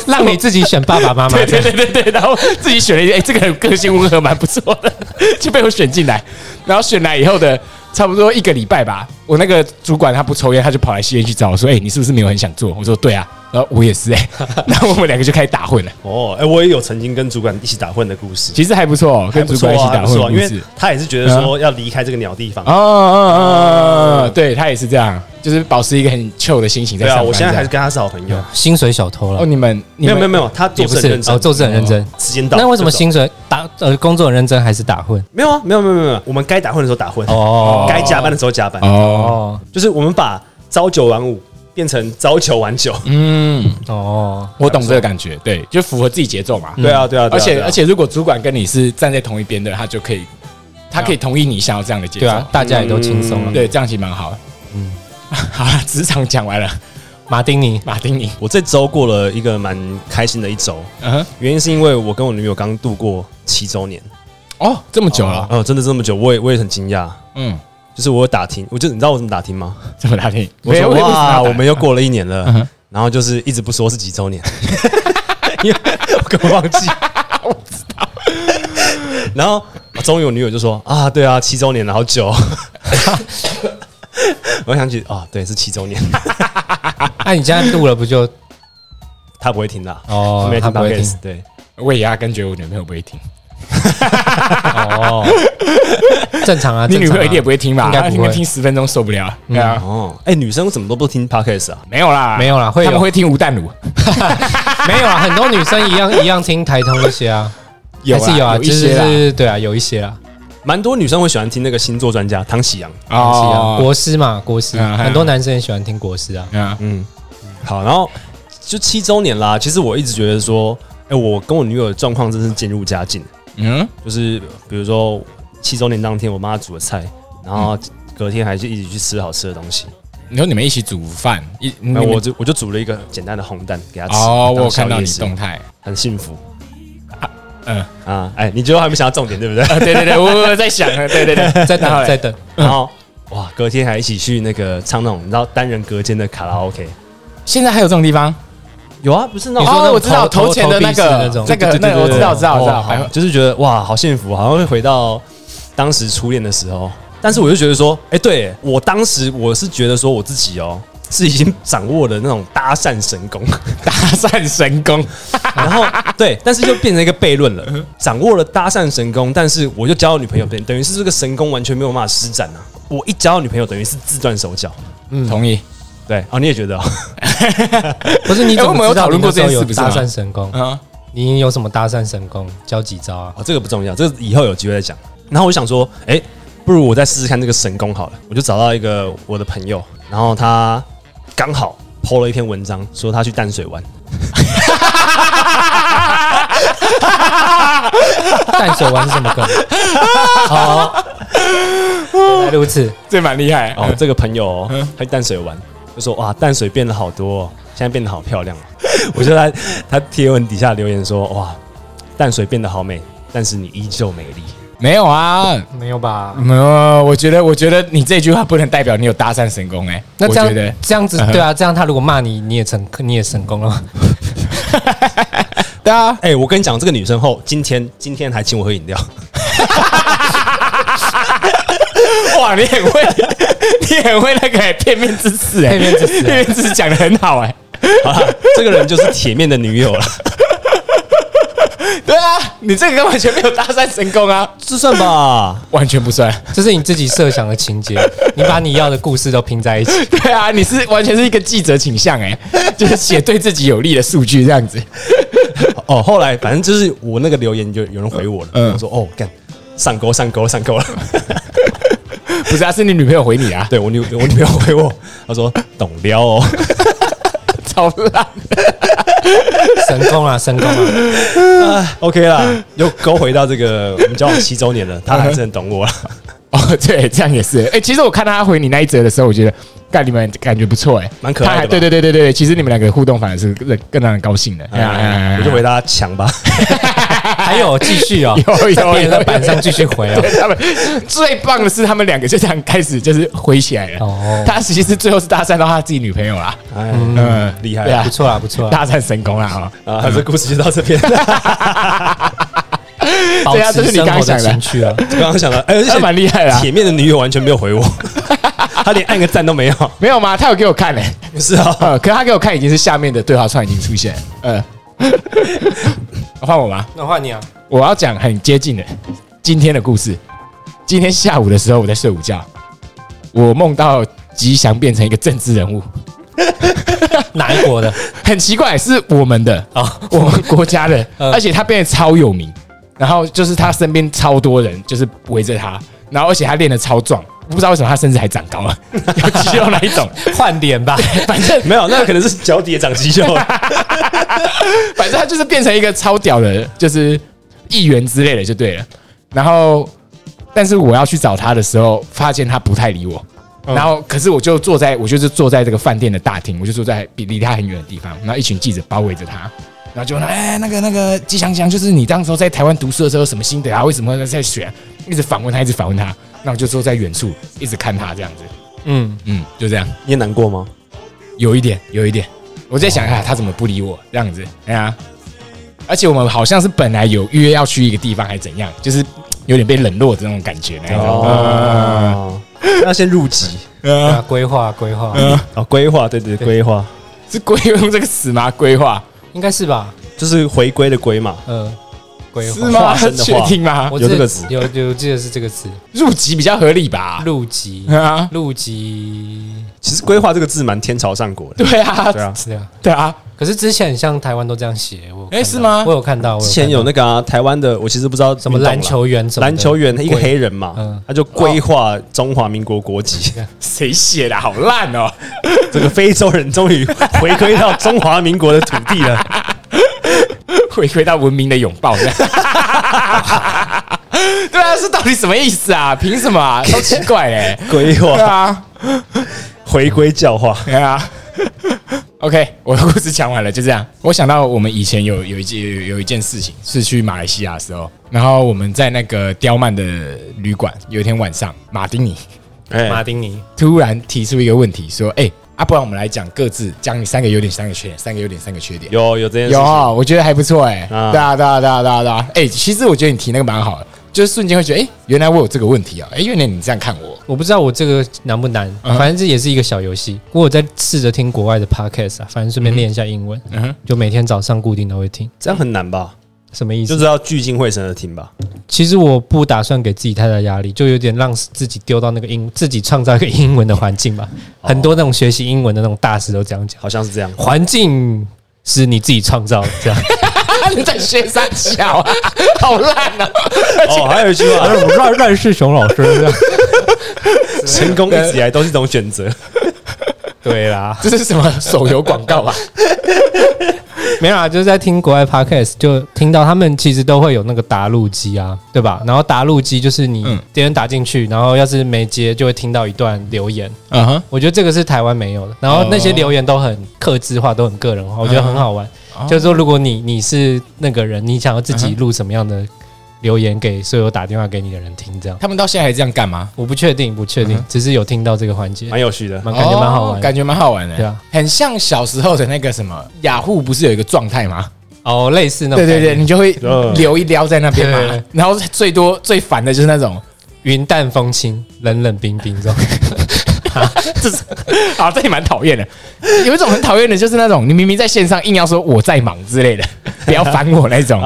Speaker 1: 让你自己选爸爸妈妈
Speaker 2: 对。对对对对，然后自己选了一个，哎、这个人个性温和，蛮不错的， 就被我选进来。然后选来以后的差不多一个礼拜吧，我那个主管他不抽烟，他就跑来吸烟去找我说：“哎、你是不是没有很想做？”我说：“对啊。”然后我也是哎、 然后我们两个就开始打混了，
Speaker 3: 哦，哎，我也有曾经跟主管一起打混的故事，
Speaker 2: 其实还不错、哦，
Speaker 3: 还
Speaker 2: 跟
Speaker 3: 不
Speaker 2: 主
Speaker 3: 错
Speaker 2: 管一起
Speaker 3: 啊，
Speaker 2: 打
Speaker 3: 还不
Speaker 2: 混
Speaker 3: 错啊，因
Speaker 2: 的故
Speaker 3: 为
Speaker 2: 事。
Speaker 3: 他也是觉得说要离开这个鸟地方
Speaker 2: 哦。哦哦哦，对他也是这样，就是保持一个很 chill 的心情在
Speaker 3: 对
Speaker 2: 上
Speaker 3: 啊，
Speaker 2: 班。
Speaker 3: 我现在还是
Speaker 2: 这样
Speaker 3: 跟他是好朋友。
Speaker 1: 薪水小偷
Speaker 2: 哦，
Speaker 1: 了，
Speaker 2: 你们你
Speaker 3: 没有
Speaker 2: 们
Speaker 3: 没有没有，他做
Speaker 1: 也不
Speaker 3: 事
Speaker 1: 是
Speaker 3: 很认
Speaker 1: 嗯
Speaker 3: 真
Speaker 1: 哦，，做事很认真。
Speaker 3: 时间到。
Speaker 1: 那为什么
Speaker 3: 就走
Speaker 1: 薪水打呃工作很认真还是打混？
Speaker 3: 没有啊，没有没有没有没有，我们该打混的时候打混，
Speaker 1: 哦
Speaker 3: 该加班的时候加班，
Speaker 2: 哦，
Speaker 1: 哦
Speaker 3: 就是我们把朝九晚五变成朝九晚九。
Speaker 2: 嗯，
Speaker 1: 哦，
Speaker 2: 我懂这个感觉，对，就符合自己节奏嘛。
Speaker 3: 对啊，对啊，对
Speaker 2: 而
Speaker 3: 啊对
Speaker 2: 且
Speaker 3: 啊
Speaker 2: 而且，如果主管跟你是站在同一边的，他就可以，他可以同意你想要这样的节奏。嗯
Speaker 1: 对啊，大家也都轻松了。
Speaker 2: 对，这样其实蛮好。嗯，好了，职场讲完了，
Speaker 1: 马丁尼，
Speaker 2: 马丁尼，
Speaker 3: 我这周过了一个蛮开心的一周，
Speaker 2: 嗯哼，
Speaker 3: 原因是因为我跟我女友刚度过七周年，
Speaker 2: 哦，这么久了，
Speaker 3: 哦，真的这么久，我也我也很惊讶，
Speaker 2: 嗯，
Speaker 3: 就是我有打听，我就你知道我怎么打听吗？
Speaker 2: 这么打听，
Speaker 3: 我
Speaker 2: 没有
Speaker 3: 说
Speaker 2: 为什么要
Speaker 3: 哇，
Speaker 2: 打
Speaker 3: 我们又过了一年
Speaker 2: 嗯
Speaker 3: 了
Speaker 2: 哼，
Speaker 3: 然后就是一直不说是几周年，
Speaker 1: 因为我根本 忘记。
Speaker 3: 然后啊终于我女友就说啊，对啊，七周年了，好久 哦。我想起啊，对，是七周年，
Speaker 1: 那、啊你现在录了不就
Speaker 3: 她不会听啦，
Speaker 1: 哦
Speaker 3: 没
Speaker 1: 她
Speaker 3: 听
Speaker 1: 不会听
Speaker 3: podcast，对，
Speaker 2: 我也压根觉得我女朋友不会听，
Speaker 1: 哦？正常啊，
Speaker 2: 你女朋友一
Speaker 1: 正常啊
Speaker 2: 定 也不会听吧？
Speaker 1: 应该不
Speaker 2: 她
Speaker 1: 会
Speaker 2: 听十分钟受不了。对啊，
Speaker 3: 哦，哎，女生怎么都不听 podcast 啊？
Speaker 2: 没有啦，
Speaker 1: 没有啦会有
Speaker 2: 他们会听吴淡如，
Speaker 1: 没有啊，很多女生一样一样听台通那些啊，
Speaker 2: 有
Speaker 1: 还是有啊，
Speaker 2: 有一些
Speaker 1: 就
Speaker 2: 啦。
Speaker 1: 是对啊，有一些啦。
Speaker 3: 蛮多女生会喜欢听那个星座专家唐启阳，
Speaker 1: 是
Speaker 2: 哦
Speaker 1: 啊，国师嘛，国师，
Speaker 2: 嗯
Speaker 1: 很多男生也喜欢听国师啊。
Speaker 2: 嗯，
Speaker 3: 嗯，好，然后就七周年啦。其实我一直觉得说，哎、我跟我女友的状况真是渐入佳境。
Speaker 2: 嗯，
Speaker 3: 就是比如说七周年当天，我妈煮的菜，然后隔天还是一起去吃好吃的东西。
Speaker 2: 你说你们一起煮饭，一你
Speaker 3: 那
Speaker 2: 们
Speaker 3: 我就我就煮了一个简单的红蛋给她吃。
Speaker 2: 嗯哦，我有
Speaker 3: 当宵
Speaker 2: 看
Speaker 3: 夜
Speaker 2: 到你
Speaker 3: 吃
Speaker 2: 动态，
Speaker 3: 很幸福。
Speaker 2: 嗯
Speaker 3: 啊，哎、你觉得还没想到重点对 不对？
Speaker 2: 啊，对对对，我我在 想，对对对，
Speaker 1: 在
Speaker 2: 然后
Speaker 1: 等，
Speaker 2: 嘞
Speaker 1: 在等，
Speaker 3: 然后哇，隔天还一起去那个唱那种你知道单人隔间的卡拉 OK。
Speaker 2: 现在还有这种地方？
Speaker 3: 有啊，不是那
Speaker 1: 你
Speaker 3: 种
Speaker 1: 说那
Speaker 2: 哦，
Speaker 1: 种
Speaker 2: 我知道
Speaker 1: 投
Speaker 2: 投钱的
Speaker 1: 投
Speaker 2: 那
Speaker 1: 币式的
Speaker 2: 个
Speaker 1: 那种，
Speaker 2: 那个
Speaker 3: 对对
Speaker 2: 那
Speaker 3: 对
Speaker 2: 个，我
Speaker 3: 对
Speaker 2: 知道，
Speaker 3: 对
Speaker 2: 我知道，我知
Speaker 3: 哦
Speaker 2: 道，
Speaker 3: 好
Speaker 2: 百货
Speaker 3: 就是觉得哇，好幸福，好像会回到当时初恋的时候。但是我就觉得说，哎、对我当时我是觉得说我自己哦，是已经掌握了那种搭讪神功，
Speaker 2: 搭讪神功，
Speaker 3: 然后对，但是就变成一个悖论了，掌握了搭讪神功，但是我就交到女朋友，等等于是这个神功完全没有办法施展啊。我一交到女朋友，等于是自断手脚。
Speaker 2: 同意。
Speaker 3: 对，哦，你也觉得、哦？
Speaker 1: 不是你怎
Speaker 2: 哎我们
Speaker 1: 么
Speaker 2: 有
Speaker 1: 知道
Speaker 2: 讨
Speaker 1: 你
Speaker 2: 论过
Speaker 1: 那时候
Speaker 2: 这件
Speaker 1: 有
Speaker 2: 事不是吗
Speaker 1: 搭讪神功？
Speaker 2: 嗯，
Speaker 1: 你有什么搭讪神功？教几招啊？
Speaker 3: 哦，这个不重要，这个以后有机会再讲。然后我就想说，哎、不如我再试试看这个神功好了。我就找到一个我的朋友，然后他刚好 PO 了一篇文章，说他去淡水玩。
Speaker 1: 淡水玩是什么梗？ 好，原来如此。
Speaker 2: 这蛮厉害。嗯
Speaker 3: 哦，这个朋友、哦、他去淡水玩，就说哇，淡水变得好多、哦，现在变得好漂亮、哦。 我觉得他他贴文底下留言说，哇，淡水变得好美，但是你依旧美丽。
Speaker 2: 没有啊，
Speaker 1: 没有吧？
Speaker 2: 没有。我觉得，我觉得你这句话不能代表你有搭讪神功哎。
Speaker 1: 那这
Speaker 2: 我
Speaker 1: 样
Speaker 2: 觉得嗯
Speaker 1: 这样子对啊，这样他如果骂你，你也成你也成功了。
Speaker 2: 对啊，
Speaker 3: 哎、我跟你讲，这个女生后今天今天还请我喝饮料，
Speaker 2: 哇，你很会， 你很会那个哎片面之词哎，
Speaker 1: 片面之词
Speaker 2: 片面之词讲的很好哎。
Speaker 3: 好啦，这个人就是铁面的女友了。
Speaker 2: 对啊，你这个完全没有搭讪神功啊，
Speaker 3: 这算吧？
Speaker 2: 完全不算。
Speaker 1: 这是你自己设想的情节，你把你要的故事都拼在一起。
Speaker 2: 对啊，你是完全是一个记者倾向哎，就是写对自己有利的数据这样子。
Speaker 3: 哦，后来反正就是我那个留言就有人回我了，
Speaker 2: 嗯
Speaker 3: 我说哦，干上钩上钩上钩了。
Speaker 2: 不是啊，是你女朋友回你啊，
Speaker 3: 对我女我女朋友回我， 她说懂撩哦，
Speaker 2: 超烂。
Speaker 1: 神功啊，神功啊！
Speaker 3: 啊 OK 啦，又勾回到这个我们交往七周年 了，她还是很懂我了。
Speaker 2: 哦，对，这样也是。哎、其实我看到他回你那一则的时候，我觉得，干你们感觉不错哎、
Speaker 3: 蛮可爱的
Speaker 2: 他还
Speaker 3: 吧
Speaker 2: 对对对对对，其实你们两个互动反而是更更让人高兴的。哎呀哎呀哎呀
Speaker 3: 我就回答强 吧，
Speaker 1: 还有继续哦，
Speaker 2: 有有
Speaker 1: 在别人的
Speaker 2: 有
Speaker 1: 板上继续回哦。
Speaker 2: 对他们最棒的是，他们两个就这样开始就是回起来了。
Speaker 1: 哦
Speaker 2: 他其实是最后是搭讪到他自己女朋友啦，
Speaker 3: 哎，
Speaker 2: 嗯，
Speaker 3: 厉害
Speaker 2: 对啊
Speaker 1: 不错啦，不错啦，
Speaker 2: 搭讪成功啦啊！
Speaker 3: 啊，这故事就到这 边。
Speaker 1: 保
Speaker 2: 对啊这
Speaker 1: 持
Speaker 2: 是你
Speaker 1: 生
Speaker 2: 刚
Speaker 1: 活
Speaker 2: 刚
Speaker 1: 的
Speaker 2: 想
Speaker 1: 情
Speaker 2: 的
Speaker 1: 趣啊。
Speaker 3: 刚刚想到，哎，而
Speaker 2: 他
Speaker 3: 且
Speaker 2: 蛮厉害啦
Speaker 3: 铁面的女友完全没有回我， 她连按个赞都没有。
Speaker 2: 没有吗？他有给我看嘞、
Speaker 3: 不是啊，
Speaker 2: 呃，可他给我看已经是下面的对话串已经出现了，呃， 换我吧。
Speaker 1: 那换你啊，
Speaker 2: 我要讲很接近的今天的故事。今天下午的时候，我在睡午觉，我梦到吉祥变成一个政治人物，
Speaker 1: 哪一国的？
Speaker 2: 很奇怪，是我们的啊，我们国家的，
Speaker 1: 嗯
Speaker 2: 而且他变得超有名，然后就是他身边超多人就是围着他，然后而且他练得超壮，不知道为什么他甚至还长高了， 有肌肉那一种，
Speaker 1: 换脸 吧，
Speaker 2: 反正
Speaker 3: 没有，那可能是脚底也长肌 肉了。
Speaker 2: 反正他就是变成一个超屌的，就是议员之类的就对了。然后，但是我要去找他的时候，发现他不太理我。然后，可是我就坐在，我就是坐在这个饭店的大厅，我就坐在比离他很远的地方，然后一群记者包围着他，然后就问他，哎，那个那个吉祥祥，就是你当时候在台湾读书的时候有什么心得啊？为什么会在选？一直访问他，一直访问他，那我就坐在远处一直看他这样子，
Speaker 1: 嗯，
Speaker 2: 嗯，就这样。
Speaker 3: 你也难过吗？
Speaker 2: 有一点，有一点。我在想啊，他怎么不理我这样子？哎呀、而且我们好像是本来有约要去一个地方，还怎样，就是有点被冷落的那种感觉那一
Speaker 3: 呃
Speaker 2: 种。
Speaker 3: 哦，要先入籍
Speaker 2: 哦
Speaker 1: 对啊规划规划
Speaker 2: 嗯
Speaker 3: 哦，规划，对对，对规划
Speaker 2: 是规用这个词吗？规划
Speaker 1: 应该是吧？
Speaker 3: 就是回归的归嘛，
Speaker 1: 呃，规
Speaker 2: 是啊
Speaker 1: 划
Speaker 2: 吗？
Speaker 3: 化身的
Speaker 2: 确
Speaker 3: 话
Speaker 2: 定吗？
Speaker 1: 我
Speaker 3: 有
Speaker 1: 记
Speaker 3: 这个
Speaker 1: 得
Speaker 3: 词
Speaker 1: 有有记得是这个词，
Speaker 2: 入籍比较合理吧？
Speaker 1: 入籍
Speaker 2: 啊，
Speaker 1: 入籍
Speaker 3: 其实“规划”这个字蛮天朝上国的，
Speaker 2: 对啊，
Speaker 3: 对啊。
Speaker 1: 是这样。
Speaker 2: 对啊，
Speaker 1: 可是之前像台湾都这样写，我有看到
Speaker 2: 诶是吗
Speaker 1: 我有看到，我
Speaker 3: 之前
Speaker 1: 看
Speaker 3: 有
Speaker 1: 到
Speaker 3: 那个啊，台湾的，我其实不知道
Speaker 1: 什么篮球员什么的
Speaker 3: 篮球员，一个
Speaker 1: 贵
Speaker 3: 黑人嘛
Speaker 1: 嗯，哦
Speaker 3: 他就规划中华民国国籍。
Speaker 2: 谁写的好烂哦？
Speaker 3: 这个非洲人终于回归到中华民国的土地 了。
Speaker 2: 回归到文明的拥抱。 对啊，是到底什么意思啊？凭什么、啊？超奇怪嘞、
Speaker 3: 规
Speaker 2: 对
Speaker 3: 划
Speaker 2: 啊，
Speaker 3: 回归教化，
Speaker 2: 对啊。OK，我的故事讲完了，就这样。我想到我们以前有有一件有有一件事情是去马来西亚的时候，然后我们在那个刁曼的旅馆，有一天晚上，马丁尼
Speaker 1: 马
Speaker 3: 哎，
Speaker 1: 丁尼，
Speaker 2: 突然提出一个问题，说：“哎、啊，不然我们来讲各自讲你三个优点，三个缺点，三个优点，三个缺点。”
Speaker 3: 有有这件事
Speaker 2: 有
Speaker 3: 情，
Speaker 2: 啊，我觉得还不错哎、
Speaker 3: 啊
Speaker 2: 对啊，对啊，对啊，对啊，对啊。哎、其实我觉得你提那个蛮好的，就是瞬间会觉得，哎、原来我有这个问题啊！哎、原来你这样看我，
Speaker 1: 我不知道我这个难不难，
Speaker 2: 嗯
Speaker 1: 反正这也是一个小游戏。我有在试着听国外的 podcast 啊，反正顺便练一下英文，
Speaker 2: 嗯哼，
Speaker 1: 就每天早上固定都会听。
Speaker 3: 这样很难吧？
Speaker 1: 什么意
Speaker 3: 就
Speaker 1: 思？
Speaker 3: 是要聚精会神的听吧。
Speaker 1: 其实我不打算给自己太大压力，就有点让自己丢到那个英，自己创造一个英文的环境 吧。
Speaker 2: 哦
Speaker 1: 很多那种学习英文的那种大师都这样讲，
Speaker 3: 好像是这样。
Speaker 1: 环境是你自己创造的，这 样。
Speaker 2: 啊，你在学三小啊，好烂啊！
Speaker 3: 哦，还有一句 话，
Speaker 1: 乱乱世雄老师这样。
Speaker 3: 成功一直以来都是一种选择。
Speaker 1: 对啦，
Speaker 2: 这是什么手游广告啊？
Speaker 1: 没有啦，啊就是在听国外 podcast，就听到他们其实都会有那个打录机啊，对吧？然后打录机就是你
Speaker 2: 嗯
Speaker 1: 别人打进去，然后要是没接，就会听到一段留言。
Speaker 2: 嗯哼，
Speaker 1: 我觉得这个是台湾没有的。然后那些留言都很克制化，都很个
Speaker 2: 哦
Speaker 1: 人化，我觉得很好玩。就是说，如果你你是那个人，你想要自
Speaker 2: 嗯
Speaker 1: 己录什么样的留言给所有打电话给你的人听，这样
Speaker 2: 他们到现在还这样干吗？
Speaker 1: 我不确定，不确定，
Speaker 2: 嗯哼哎
Speaker 1: 只是有听到这个环节，
Speaker 3: 蛮有趣的。
Speaker 1: 蛮感觉蛮好
Speaker 2: 哦
Speaker 1: 玩的。
Speaker 2: 感觉蛮好玩的，
Speaker 1: 对啊，
Speaker 2: 很像小时候的那个什么雅虎，不是有一个状态吗？
Speaker 1: 哦，类似那种
Speaker 2: 对对
Speaker 1: 概
Speaker 2: 对，
Speaker 1: 念
Speaker 2: 你就会
Speaker 1: 哦
Speaker 3: 嗯
Speaker 2: 留一撩在那边
Speaker 1: 对对
Speaker 2: 嘛
Speaker 1: 对，
Speaker 2: 然后最多最烦的就是那 种，
Speaker 1: 云淡风轻，冷冷冰冰这种。
Speaker 2: 啊，这也蛮讨厌的。有一种很讨厌的，就是那种你明明在线上，硬要说我在忙之类 的，不要烦我那种。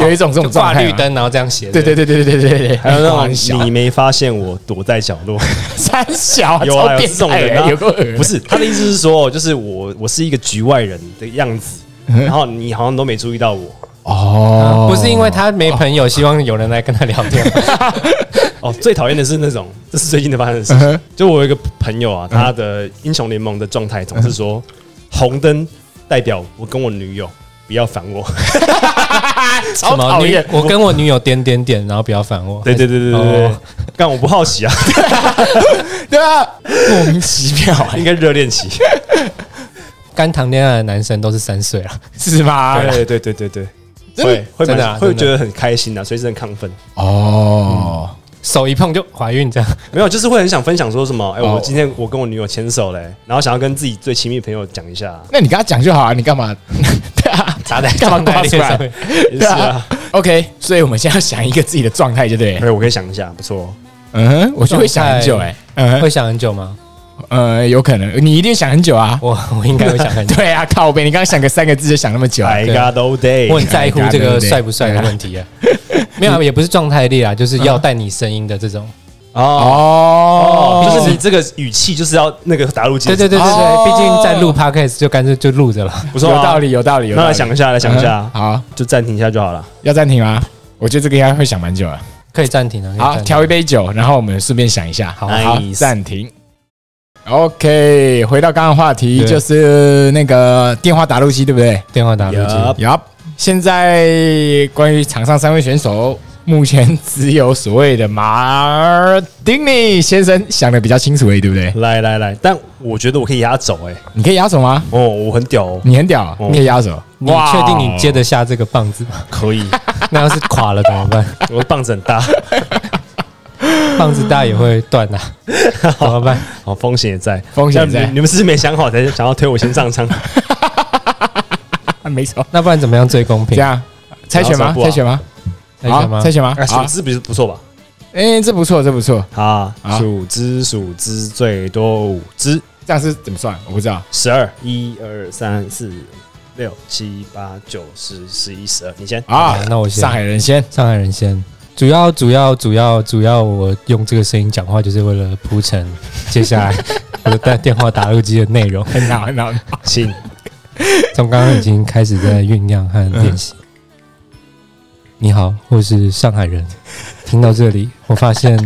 Speaker 2: 有一种这种
Speaker 1: 就挂
Speaker 2: 状态
Speaker 1: 绿
Speaker 2: 嘛。
Speaker 1: 灯，然后这样写。
Speaker 2: 对对对对对对对对，
Speaker 3: 还有那
Speaker 2: 很小
Speaker 3: 种你没发现我躲在角 落，
Speaker 2: 三小啊
Speaker 3: 有啊，
Speaker 2: 超
Speaker 3: 有
Speaker 2: 变
Speaker 3: 这种
Speaker 2: 态
Speaker 3: 人
Speaker 2: 的，
Speaker 3: 啊，
Speaker 2: 有个恶
Speaker 3: 不是他的意思是说，就是我我是一个局外人的样 子，然后你好像都没注意到我。
Speaker 2: 哦
Speaker 1: 不是因为他没朋友，希望有人来跟他聊天。
Speaker 3: 哦，最讨厌的是那种，这是最近的发生的事
Speaker 2: 嗯
Speaker 3: 情
Speaker 2: 哼。
Speaker 3: 就我有一个朋友啊，他的英雄联盟的状态总是说，红灯代表我跟我女友不要烦 我。
Speaker 2: 超
Speaker 1: 什么
Speaker 2: 讨
Speaker 1: 女
Speaker 2: 厌，
Speaker 1: 我跟我女友点点点，然后不要烦我。
Speaker 3: 对对对对对对
Speaker 1: 哦，
Speaker 3: 但我不 好奇啊，
Speaker 2: 对啊，莫名其妙欸
Speaker 3: 应该热恋期。
Speaker 1: 刚谈恋爱的男生都是三岁了，
Speaker 2: 是吗？
Speaker 3: 对对对对对，
Speaker 2: 真的
Speaker 3: 会会
Speaker 1: 真的啊
Speaker 3: 蛮会
Speaker 1: 真的
Speaker 3: 觉得很开心啊，随时很亢奋。
Speaker 2: 哦，
Speaker 1: 手一碰就怀孕这样。
Speaker 3: 没有，就是会很想分享说什么，哎，
Speaker 2: 哦
Speaker 3: 我今天我跟我女友牵手嘞，然后想要跟自己最亲密朋友讲 一下。
Speaker 2: 那你跟他讲就好啊，你干嘛？对啊，
Speaker 1: 砸在
Speaker 2: 干嘛挂出
Speaker 1: 上
Speaker 2: 来
Speaker 1: 面？
Speaker 3: 也是啊，
Speaker 2: ？OK，所以我们现在要想一个自己的状态，就对了。
Speaker 3: 哎，我可以想一下，不错。
Speaker 2: 嗯哼，我就会想很久，哎，嗯
Speaker 1: 会
Speaker 2: 哼，
Speaker 1: 想很久吗？
Speaker 2: 呃，有可能，你一定想很久啊。
Speaker 1: 我我应该会想很久。
Speaker 2: 对啊，靠背，你刚刚想个三个字就想那么久啊，
Speaker 3: I got all
Speaker 1: 我
Speaker 3: day。
Speaker 1: 很在乎这个帅不帅的问题啊。没有啊，也不是状态力啊，就是要带你声音的这种。
Speaker 3: 哦。
Speaker 2: 哦，
Speaker 3: 就是你这个语气就是要那个打入进
Speaker 1: 对对对对
Speaker 2: 哦
Speaker 1: 对，毕竟在录 podcast 就干脆就录着了。
Speaker 3: 不错、啊，
Speaker 2: 有道。理，有道理。有
Speaker 3: 那
Speaker 2: 道
Speaker 3: 来
Speaker 2: 理
Speaker 3: 想一下，来想一下
Speaker 2: 嗯，好，
Speaker 3: 就暂停一下就好了。
Speaker 2: 要暂停吗？我觉得这个应该会想蛮久了。
Speaker 1: 可以暂停了。可以暂
Speaker 2: 好，
Speaker 1: 停
Speaker 2: 调一杯酒，然后我们顺便想一下。好，好
Speaker 3: Nice，
Speaker 2: 暂停。OK，回到刚刚的话题，
Speaker 1: 对
Speaker 2: 就是那个电话打录机，对不对？
Speaker 1: 电话打录机。
Speaker 3: Yup
Speaker 2: 呀，现在关于场上三位选手，目前只有所谓的马丁尼先生想的比较清楚而已，对不对？
Speaker 3: 来来来，但我觉得我可以压轴哎，
Speaker 2: 你可以压手吗？
Speaker 3: 哦，我很屌哦，
Speaker 2: 你很屌，啊
Speaker 3: 哦
Speaker 2: 你可以压手。
Speaker 1: 你确定你接得下这个棒子吗？
Speaker 3: 可以，
Speaker 1: 那要是垮了怎么办？
Speaker 3: 我棒子很大，
Speaker 1: 棒子大也会断啊，怎么办？
Speaker 3: 哦，风险也在，
Speaker 2: 风险也在
Speaker 3: 但你你们是没想好才想要推我先上场，
Speaker 2: 啊，没错，
Speaker 1: 那不然怎么样最公
Speaker 2: 这
Speaker 1: 平？
Speaker 2: 样啊猜拳吗？
Speaker 3: 不要
Speaker 2: 猜拳吗？
Speaker 1: 猜拳吗
Speaker 2: 好猜拳吗？
Speaker 3: 啊，
Speaker 2: 好
Speaker 3: 数，只不是不错吧？
Speaker 2: 哎，这不错，这不错，
Speaker 3: 啊
Speaker 2: 好，
Speaker 3: 数只数只最多五只，
Speaker 2: 这样是怎么算？我不知道。
Speaker 3: 十二，一二三四五六七八九十十一十二，你先。
Speaker 2: 啊
Speaker 1: 好，那我先
Speaker 2: 上海人先，
Speaker 1: 上海人先。主要主要主要主要，我用这个声音讲话，就是为了铺陈接下来我的电话打录机的内容。
Speaker 2: 很好，很好。
Speaker 3: 请
Speaker 1: 从刚刚已经开始在酝酿和练习。你好，我是上海人。听到这里，我发现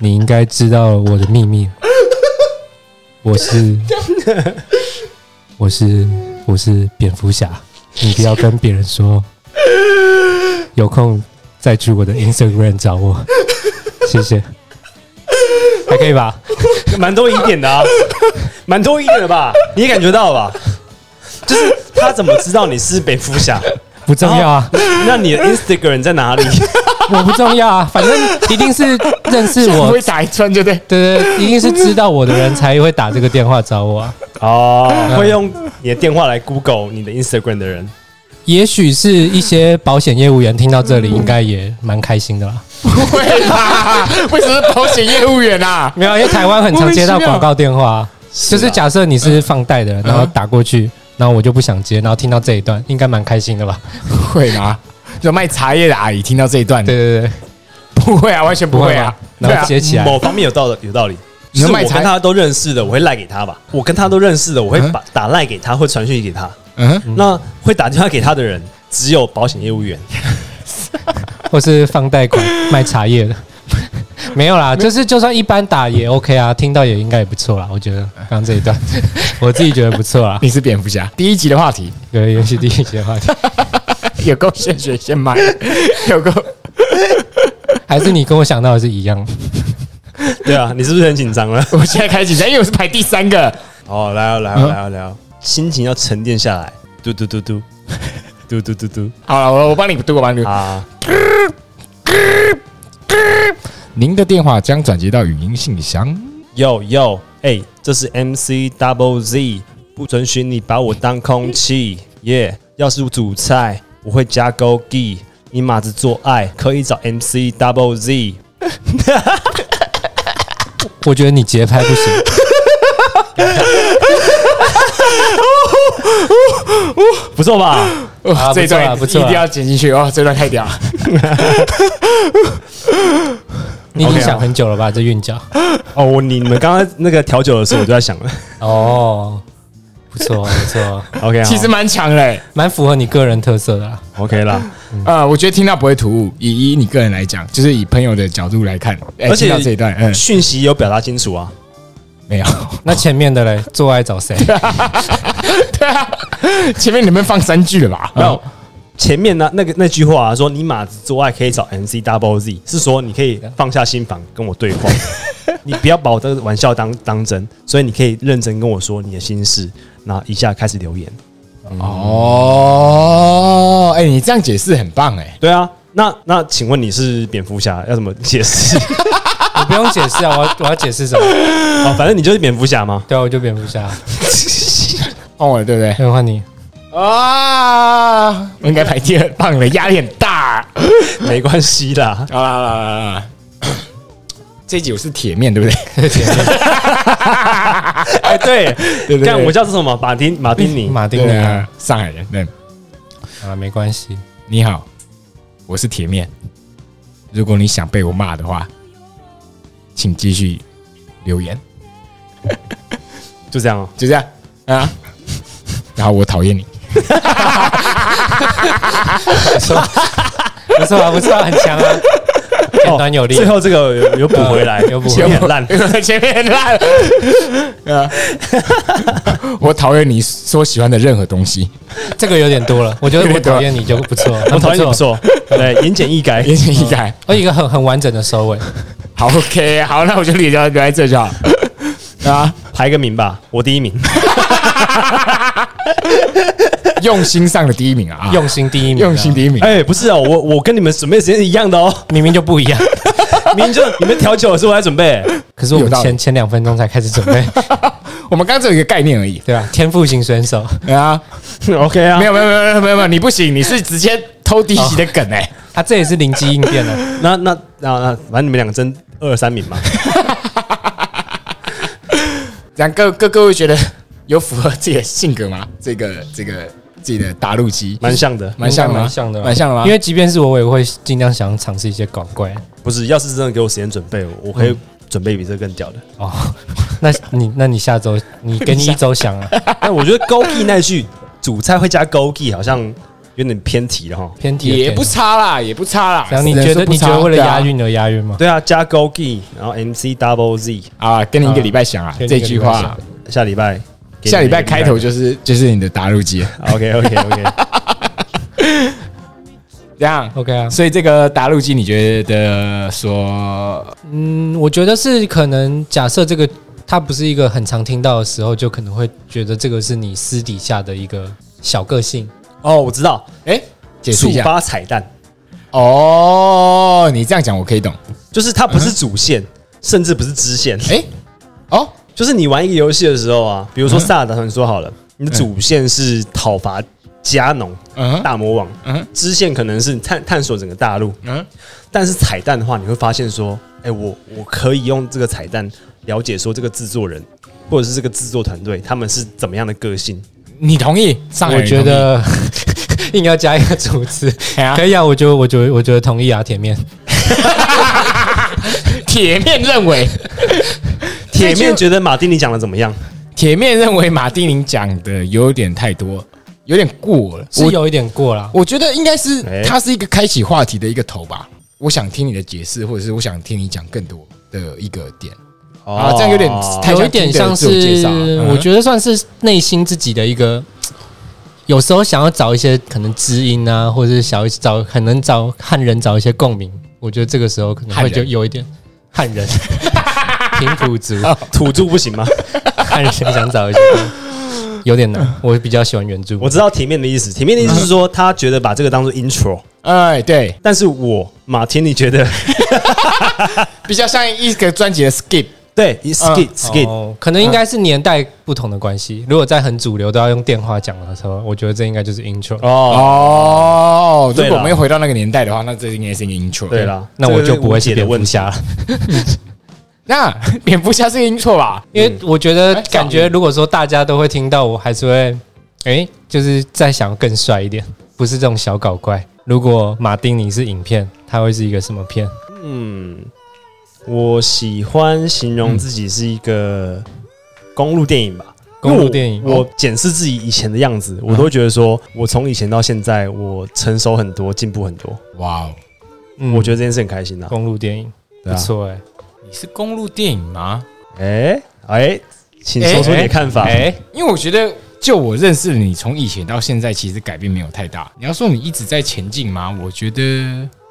Speaker 1: 你应该知道我的秘密了。我是，我是，我是蝙蝠侠。你不要跟别人说。有空再去我的 Instagram 找我，谢谢。还可以吧？
Speaker 3: 蛮多疑点 的啊，蛮多疑点的吧？你也感觉到吧？就是他怎么知道你是北服 侠？
Speaker 1: 不重要啊。
Speaker 3: 那你的 Instagram 在哪里？
Speaker 1: 我不重要啊，反正一定是认识
Speaker 2: 不
Speaker 1: 我，
Speaker 2: 会打一串就对。
Speaker 1: 对对，一定是知道我的人才会打这个电话找我啊。
Speaker 3: 哦，会用你的电话来 Google 你的 Instagram 的人，
Speaker 1: 也许是一些保险业务员听到这里，应该也蛮开心的啦。
Speaker 2: 不会啦， 为什么是保险业务员啊？
Speaker 1: 没有，因为台湾很常接到广告电话啊，
Speaker 3: 就
Speaker 1: 就是假设你是放贷的，然后打过去，然后我就不想接，然后听到这一段，应该蛮开心的吧？
Speaker 2: 不会吗？有卖茶叶的阿姨听到这一段，
Speaker 1: 对对对，
Speaker 2: 不会啊，完全不会啊。
Speaker 1: 不会吗
Speaker 2: 对
Speaker 1: 然
Speaker 2: 啊
Speaker 1: 后，接起来
Speaker 3: 某方面有道理，有道理。
Speaker 2: 你
Speaker 3: 是
Speaker 2: 说
Speaker 3: 我
Speaker 2: 卖
Speaker 3: 跟
Speaker 2: 菜
Speaker 3: 他都认识的，我会赖给他吧。我跟他都认识的，我会把打赖给他，会传讯息给他。
Speaker 2: 嗯，
Speaker 3: 那会打电话给他的人，只有保险业务员。
Speaker 1: 或是放贷款卖茶叶 的。没有啦，就是就算一般打也 OK 啊，听到也应该也不错啦。我觉得刚刚这一 段，我自己觉得不错啦。
Speaker 2: 你是蝙蝠侠。第一集的话题，
Speaker 1: 对，也是第一节话题，
Speaker 2: 有够现学现卖， 有够
Speaker 1: 还是你跟我想到的是一样的。
Speaker 3: 对啊，你是不是很紧张了？
Speaker 2: 我现在开始紧张，因为我是排第三个。
Speaker 3: 哦，来啊，来啊，来啊，来啊！心情要沉淀下来。嘟嘟嘟 嘟，嘟嘟嘟嘟
Speaker 2: 好了，我我帮你读，我帮你读。
Speaker 3: 啊！
Speaker 2: 您的电话将转接到语音信箱。
Speaker 3: 哟哟，哎，这是 MC Double Z，不准许你把我当空 气。耶、要是主菜，我会加勾 G。你马子做爱可以找 MC Double Z。
Speaker 1: 我觉得你节拍 不行。
Speaker 3: 不错吧？
Speaker 2: 哦
Speaker 1: 啊，
Speaker 2: 这一段
Speaker 1: 不错啊不
Speaker 2: 一
Speaker 1: 错啊
Speaker 2: 定要剪进去哦，这段太屌了。
Speaker 1: 你已
Speaker 3: OK
Speaker 1: 经
Speaker 3: 啊
Speaker 1: 想很久了吧？这韵 脚
Speaker 3: 哦，我你们刚刚那个调酒的时候，我就在 想了。
Speaker 1: 哦，不错不错，
Speaker 3: OK，好
Speaker 2: 其实蛮强嘞。
Speaker 1: 蛮符合你个人特色的啦。
Speaker 3: OK 啦，
Speaker 2: 呃，我觉得听到不会突兀。以以你个人来讲，就是以朋友的角度来看，哎
Speaker 3: 而且
Speaker 2: 听到这一段，嗯，
Speaker 3: 讯息有表达清楚啊。
Speaker 2: 没有，
Speaker 1: 那前面的嘞，做爱找 谁？
Speaker 2: 对啊， 前面你们放三句了吧？
Speaker 3: 没有，前面呢那个那句话、啊、说你马子做爱可以找 MC Double Z，是说你可以放下心房跟我对话，你不要把我的玩笑当当真，所以你可以认真跟我说你的心事。那一下开始留言，
Speaker 2: 哦，哎、你这样解释很棒哎、
Speaker 3: 对啊，那那请问你是蝙蝠侠要怎么解释？
Speaker 1: 我不用解释啊，我要我要解释什么？
Speaker 3: 哦，反正你就是蝙蝠侠嘛。
Speaker 1: 对啊，我就蝙蝠侠。
Speaker 2: 换我了对不对？
Speaker 1: 那哎换 你，
Speaker 2: 啊，我应该排第二棒了，压力很大。
Speaker 3: 没关系啦，
Speaker 2: 好啦好啦好啦好啦，这一集我是铁面对不对？
Speaker 3: 哎，对，
Speaker 2: 对对
Speaker 3: 干我叫做什么？马丁马丁尼，
Speaker 1: 马丁
Speaker 2: 对
Speaker 1: 尼
Speaker 2: 啊，上海人，对，
Speaker 1: 啊，没关系。
Speaker 2: 你好，我是铁面。如果你想被我骂的话，请继续留言，
Speaker 3: 就这样哦。
Speaker 2: 就这样啊。然后我讨厌你，
Speaker 1: 不错啊，不错啊，很强啊，简短有力。啊
Speaker 3: 哦最后这个有有补回来，
Speaker 1: 有补回来
Speaker 3: 有点烂。
Speaker 2: 前面很烂。啊， 我讨厌你说喜欢的任何东 西。
Speaker 1: 这个有点多了，我觉得我讨厌你就不错，
Speaker 3: 我讨厌你
Speaker 1: 很
Speaker 3: 不。错，对，言简意赅。
Speaker 2: 言简意赅。
Speaker 1: 而一个很很完整的收尾，
Speaker 3: 啊
Speaker 2: 好，OK，好，那我就留在留在 这就好。啊，
Speaker 3: 排个名吧，我第一名。
Speaker 2: 用心上的第一名啊，
Speaker 1: 用心第一名，
Speaker 2: 用心第一名。
Speaker 3: 哎、不是啊，我我跟你们准备的时间是一样的 哦。
Speaker 1: 明明就不一样。
Speaker 3: 明明就你们调酒的时候我在准备，
Speaker 1: 可是我
Speaker 2: 有
Speaker 1: 们
Speaker 2: 道理
Speaker 1: 前前两分钟才开始准备，
Speaker 2: 我们刚刚只有一个概念而已
Speaker 1: 对吧？天赋型选手，
Speaker 2: 啊，
Speaker 3: OK 啊
Speaker 2: 没，有没有没有没有没有没有，你不行，你是直接偷低
Speaker 1: 哦
Speaker 2: 级的梗哎、
Speaker 1: 他啊这也是灵机应变啊。
Speaker 3: 那那那那，反正你们两个争二三 名嘛。
Speaker 2: 然后各各各位觉得有符合自己的性格吗？这个这个自己的打路机
Speaker 3: 蛮像的，
Speaker 2: 蛮像的吗，啊
Speaker 1: 蛮像的吧，
Speaker 2: 蛮像的吗？
Speaker 1: 因为即便是我，我也会尽量想尝试一些搞怪。
Speaker 3: 不是，要是真的给我时间准备，我可以准备比这更屌的。
Speaker 1: 哦， 那你那你下周你给你一周想 啊，
Speaker 3: 但我觉得枸杞那句主菜会加枸杞，好像有点偏题了哈。
Speaker 1: 偏题的
Speaker 2: 也
Speaker 1: 偏
Speaker 2: 不
Speaker 1: 题。
Speaker 2: 差啦，也不差啊啦。
Speaker 1: 然后你觉得你觉得为了押韵而押韵吗？
Speaker 3: 对啊，加枸杞，然后 MC Double Z，
Speaker 2: 啊，跟你一个礼拜想啊，
Speaker 1: 给你
Speaker 2: 这
Speaker 1: 一个
Speaker 2: 句
Speaker 1: 礼拜
Speaker 2: 话
Speaker 1: 想
Speaker 2: 啊，
Speaker 3: 下礼拜给你们
Speaker 2: 下礼拜
Speaker 3: 一个
Speaker 2: 开头就是就是你的打路机，
Speaker 3: OK OK OK，
Speaker 2: 这样。
Speaker 1: OK 啊，
Speaker 2: 所以这个打路机，你觉得说
Speaker 1: 嗯，我觉得是可能假设这个它不是一个很常听到的时候，就可能会觉得这个是你私底下的一个小个性。
Speaker 3: 哦，我知道，
Speaker 2: 哎，解释
Speaker 3: 触
Speaker 2: 一下
Speaker 3: 发彩蛋，
Speaker 2: 哦，你这样讲我可以懂。
Speaker 3: 就是它不是主
Speaker 2: 嗯
Speaker 3: 线，甚至不是支线，
Speaker 2: 哎，哦，
Speaker 3: 就是你玩一个游戏的时候啊，比如
Speaker 2: 嗯
Speaker 3: 说《萨尔达传说》好了，你的主线是讨伐加农
Speaker 2: 嗯哼
Speaker 3: 大魔王，
Speaker 2: 嗯哼
Speaker 3: 支线可能是探探索整个大陆，
Speaker 2: 嗯哼，
Speaker 3: 但是彩蛋的话，你会发现说，哎、我我可以用这个彩蛋了解说这个制作人或者是这个制作团队他们是怎么样的个性。
Speaker 2: 你同意？上海
Speaker 1: 我
Speaker 2: 人
Speaker 1: 觉
Speaker 2: 同意
Speaker 1: 得 硬要加一个主词，
Speaker 2: 哎呀
Speaker 1: 可以啊，我觉得我觉得我觉得同意啊，铁面。
Speaker 2: 铁面认 为，
Speaker 3: 铁面觉得马丁尼讲的怎么样？
Speaker 2: 铁面认为马丁林讲的有点太多，有点过了。
Speaker 1: 是有一点过啦。
Speaker 2: 我我觉得应该是
Speaker 3: 哎
Speaker 2: 它是一个开启话题的一个头吧。我想听你的解释，或者是我想听你讲更多的一个点啊，
Speaker 3: 哦
Speaker 2: 这样有点太
Speaker 1: 有
Speaker 2: 像
Speaker 1: 一点
Speaker 2: Tinder
Speaker 1: 像
Speaker 2: 的
Speaker 1: 是
Speaker 2: 自我介绍啊嗯了，
Speaker 1: 我
Speaker 2: 得
Speaker 1: 觉得算是内心自己的一个，有时候想要找一些可能知音啊，或者是想要找很能找汉人找一些共鸣，我觉得这个时候可能
Speaker 2: 汉
Speaker 1: 会就
Speaker 2: 人
Speaker 1: 有一点汉 人。平埔族
Speaker 3: 土著不行吗？
Speaker 1: 汉人想找一些共鸣，有点难。我比较喜欢原著，
Speaker 3: 我知道铁面的意思，铁面的意思是说他觉得把这个当做 intro，
Speaker 2: 哎，对，
Speaker 3: 但是我马丁尼觉得
Speaker 2: 比较像一个专辑的 skip。
Speaker 3: 对 skip
Speaker 2: 嗯
Speaker 3: skip，
Speaker 1: 哦可能应该是年代不同的关系。如果在很主流都要用电话讲的时候，我觉得这应该就是 intro。
Speaker 3: 哦，
Speaker 2: 哦，如
Speaker 3: 对啦
Speaker 2: 果我们又回到那个年代的话，那这应该是一个 intro。
Speaker 3: 对，啦，
Speaker 1: 那我
Speaker 3: 这个
Speaker 1: 就不会
Speaker 3: 无
Speaker 1: 是
Speaker 3: 解的
Speaker 1: 蝙蝠
Speaker 3: 问题
Speaker 1: 侠了。
Speaker 2: 那 蝙蝠侠是个 intro 吧？
Speaker 1: 因为我觉得
Speaker 2: 哎
Speaker 1: 感觉，如果说大家都会听到，我还是会，哎、就是再想要更帅一点，不是这种小搞怪。如果马丁尼是影片，它会是一个什么片？
Speaker 3: 嗯，我喜欢形容自己是一个公路电影吧。
Speaker 1: 公路电影哦嗯
Speaker 3: 因为我我检视自己以前的样子，我都会觉得说，我从以前到现在，我成熟很多，进步很多。
Speaker 2: 哇哦，
Speaker 1: 嗯哦
Speaker 3: 我觉得这件事很开心啊。
Speaker 1: 公路电影
Speaker 3: 对
Speaker 1: 不
Speaker 3: 啊
Speaker 1: 错哎、
Speaker 2: 你是公路电影吗？
Speaker 3: 哎哎，请说出你的看法。
Speaker 1: 哎、
Speaker 2: 因为我觉得，就我认识的你，从以前到现在，其实改变没有太大。你要说你一直在前进吗？我觉得，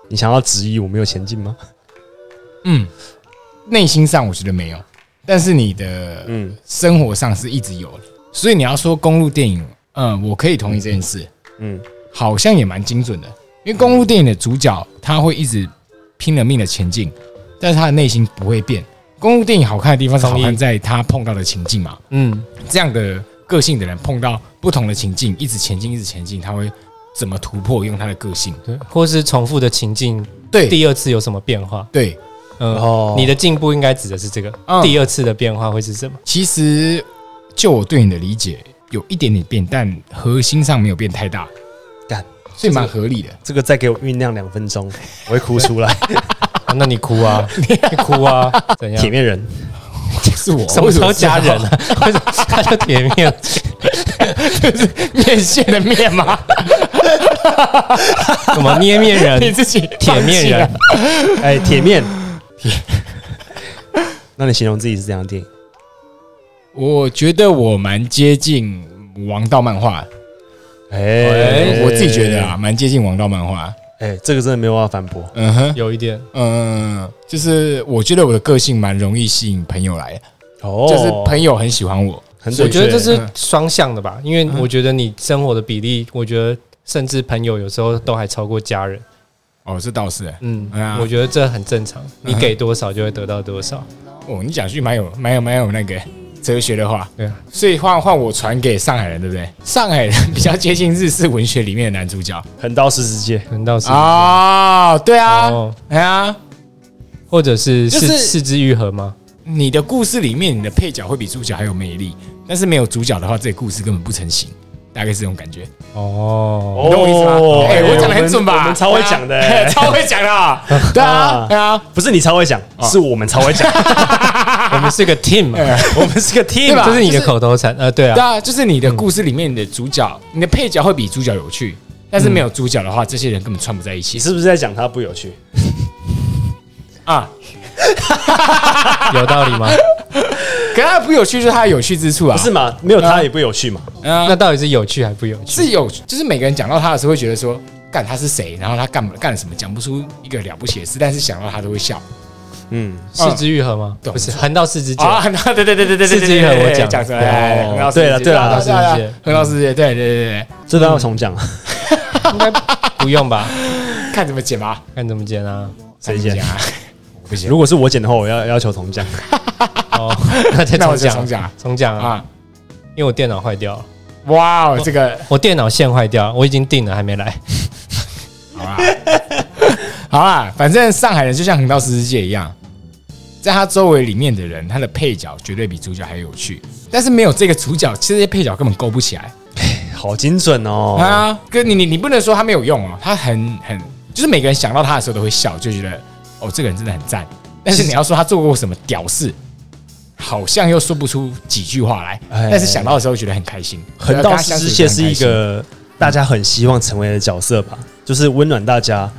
Speaker 3: 你想要质疑我没有前进吗？
Speaker 2: 嗯，内心上我觉得没有，但是你的
Speaker 3: 嗯
Speaker 2: 生活上是一直有的。所以你要说公路电影，嗯，我可以同意这件事，
Speaker 3: 嗯，
Speaker 2: 好像也蛮精准的。因为公路电影的主角他会一直拼了命的前进，但是他的内心不会变。公路电影好看的地方是好
Speaker 1: 同意
Speaker 2: 看在他碰到的情境嘛，
Speaker 1: 嗯，
Speaker 2: 这样的个性的人碰到不同的情境，一直前进，一直前进，他会怎么突破？用他的个性，
Speaker 1: 对，或是重复的情境，
Speaker 2: 对
Speaker 1: 第二次有什么变化？
Speaker 2: 对。
Speaker 1: 嗯，
Speaker 3: 哦
Speaker 1: 你的进步应该指的是这个、
Speaker 2: 嗯
Speaker 1: 第二次的变化会是什么？
Speaker 2: 其实就我对你的理解，有一点点变，但核心上没有变太大，
Speaker 3: 干
Speaker 2: 所以蛮合理的。
Speaker 3: 这个再给我酝酿两分钟，我会哭 出来。
Speaker 1: 啊那你哭啊， 你哭啊，怎样
Speaker 3: 铁？面人，
Speaker 2: 是我
Speaker 1: 什么时候加人啊？为什么 他就铁面？
Speaker 2: 面线的面吗？
Speaker 1: 什么捏面人？
Speaker 2: 你自己
Speaker 1: 铁面人，
Speaker 3: 哎，铁面， 那你形容自己是怎样的电影？
Speaker 2: 我觉得我蛮接近王道漫画，
Speaker 1: 哎
Speaker 2: 我自己觉得啊，，蛮接近王道漫画。
Speaker 3: 哎，这个真的没有办法反驳。
Speaker 2: 嗯哼，
Speaker 1: 有一点
Speaker 2: 嗯，就是我觉得我的个性蛮容易吸引朋友来的，
Speaker 3: 哦
Speaker 2: 就是朋友很喜欢我。
Speaker 3: 很
Speaker 1: 我
Speaker 3: 准确，
Speaker 1: 觉得这是双向的吧，因为我觉得你生活的比例，我觉得甚至朋友有时候都还超过家人。
Speaker 2: 哦，这倒是。
Speaker 1: 嗯
Speaker 2: 哎呀，
Speaker 1: 我觉得这很正常，你给多少就会得到多少。
Speaker 2: 哦，你讲句蛮有蛮有蛮有那个哲学的话，
Speaker 1: 对啊，
Speaker 2: 所以换换我传给上海人，对不对？上海人比较接近日式文学里面的男主角
Speaker 3: 横刀十字剑，
Speaker 1: 横道是，
Speaker 2: 哦，对啊
Speaker 1: 哦，
Speaker 2: 哎呀，
Speaker 1: 或者是
Speaker 2: 就
Speaker 1: 四
Speaker 2: 是
Speaker 1: 四肢愈合吗？
Speaker 2: 你的故事里面你的配角会比主角还有魅力，但是没有主角的话，这个故事根本不成型，大概是这种感觉。
Speaker 1: 哦，
Speaker 2: 你懂我意思吗？
Speaker 3: 哦
Speaker 2: 哎，我讲的
Speaker 3: 哎
Speaker 2: 很准吧？
Speaker 3: 我们超会讲 的
Speaker 2: 对啊
Speaker 3: 哎
Speaker 2: 超会讲的 啊，对啊，对啊，
Speaker 3: 不是你超会讲，是我们超 会讲，
Speaker 1: 我们是个 team 嘛，
Speaker 3: 我们是个
Speaker 2: 哎
Speaker 3: team，
Speaker 2: 对吧
Speaker 1: 这是你的
Speaker 2: 就是
Speaker 1: 口头禅，呃，对
Speaker 2: 对
Speaker 1: 啊，
Speaker 2: 啊，就是你的故事里面你的主角，你的配角会比主角有趣，但是没有主角的话，这些人根本串不在一
Speaker 3: 你
Speaker 2: 起
Speaker 3: 是不是在讲他不有趣？
Speaker 2: 啊。
Speaker 1: 有道理 吗？
Speaker 2: 嗯可他不有趣，就是他有趣之处啊。
Speaker 3: 不是嘛？没有他也不有趣嘛？
Speaker 2: 啊，
Speaker 1: 那到底是有趣还不有趣？
Speaker 2: 是有，就是每个人讲到他的时候会觉得说，干他是谁，然后他干干了什么，讲不出一个了不起的事，但是想到他都会 笑。
Speaker 3: 嗯，
Speaker 1: 四肢愈合吗？
Speaker 2: 懂
Speaker 1: 不是，横道四肢剑。
Speaker 2: 啊，很好对对对对对对，
Speaker 1: 是这个我讲
Speaker 2: 讲出
Speaker 3: 哦
Speaker 2: 来，哎很好，很好世界，啊对对对
Speaker 3: 这段要重讲，啊
Speaker 1: 应该不用吧？
Speaker 2: 对，看怎么剪吧，
Speaker 1: 看怎么剪啊？
Speaker 3: 谁剪？
Speaker 2: 啊？不行
Speaker 3: 如果是我剪的话，我要要求重讲。
Speaker 1: 哦，那再
Speaker 2: 那我
Speaker 1: 重讲，
Speaker 2: 就重讲
Speaker 1: 重讲啊！
Speaker 2: 啊！
Speaker 1: 因为我电脑坏掉了，
Speaker 2: 哇哦，这个
Speaker 1: 我电脑线坏掉了，我已经订了，还没来。
Speaker 2: 好啦，好啦，反正上海人就像横道世界一样，在他周围里面的人，他的配角绝对比主角还有趣，但是没有这个主角，其实这些配角根本勾不起来。
Speaker 3: 好精准哦！
Speaker 2: 啊，跟你你你不能说他没有用哦，他很很就是每个人想到他的时候都会笑，就觉得哦这个人真的很赞。但是你要说他做过什么屌事，好像又说不出几句话来。
Speaker 3: 哎
Speaker 2: 但是想到的时候觉得很开心。
Speaker 3: 横
Speaker 2: 跟
Speaker 3: 道
Speaker 2: 他相处
Speaker 3: 世
Speaker 2: 得
Speaker 3: 界
Speaker 2: 很
Speaker 3: 是
Speaker 2: 开
Speaker 3: 一
Speaker 2: 心
Speaker 3: 个大家很希望成为的角色吧，就是温暖大家，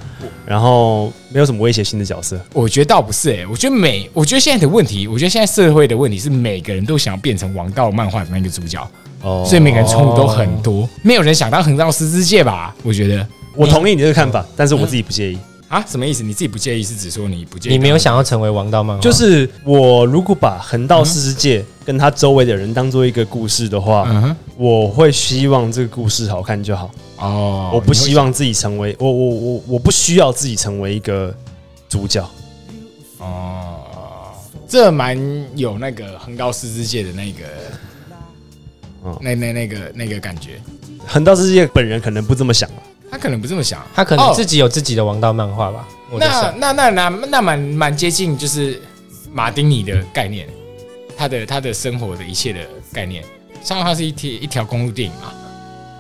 Speaker 3: 然后没有什么威胁性的角色。
Speaker 2: 我觉得倒不是哎、我觉得每我觉得现在的问题，我觉得现在社会的问题是每个人都想要变成王道漫画的那个主角，
Speaker 3: 哦
Speaker 2: 所以每个人冲突都很多，没有人想当横道十字界吧？我觉得
Speaker 3: 我同意你这个看
Speaker 2: 嗯
Speaker 3: 法，但是我自己不介意。
Speaker 2: 啊，什么意思？你自己不介意是指说你不介意？
Speaker 1: 你没有想要成为王道漫画，
Speaker 3: 就是我如果把横道世界跟他周围的人当做一个故事的话，
Speaker 2: 嗯哼
Speaker 3: 我会希望这个故事好看就好。
Speaker 2: 哦，
Speaker 3: 我不
Speaker 2: 你会
Speaker 3: 希望自己成为我我我我不需要自己成为一个主角。
Speaker 2: 哦，这蛮有那个横高四之界的那个，
Speaker 1: 哦
Speaker 3: 嗯
Speaker 2: 那那那个那个感觉。
Speaker 3: 横道世界本人可能不这么想吧
Speaker 2: 他可能不这么想，
Speaker 1: 他可能自
Speaker 2: 己、
Speaker 1: 己有自己的王道漫画吧。我在
Speaker 2: 哦那
Speaker 1: 想，
Speaker 2: 那那那那蛮蛮接近，就是马丁尼的概念，他的他的生活的一切的概念。像他是一条一条公路电影嘛，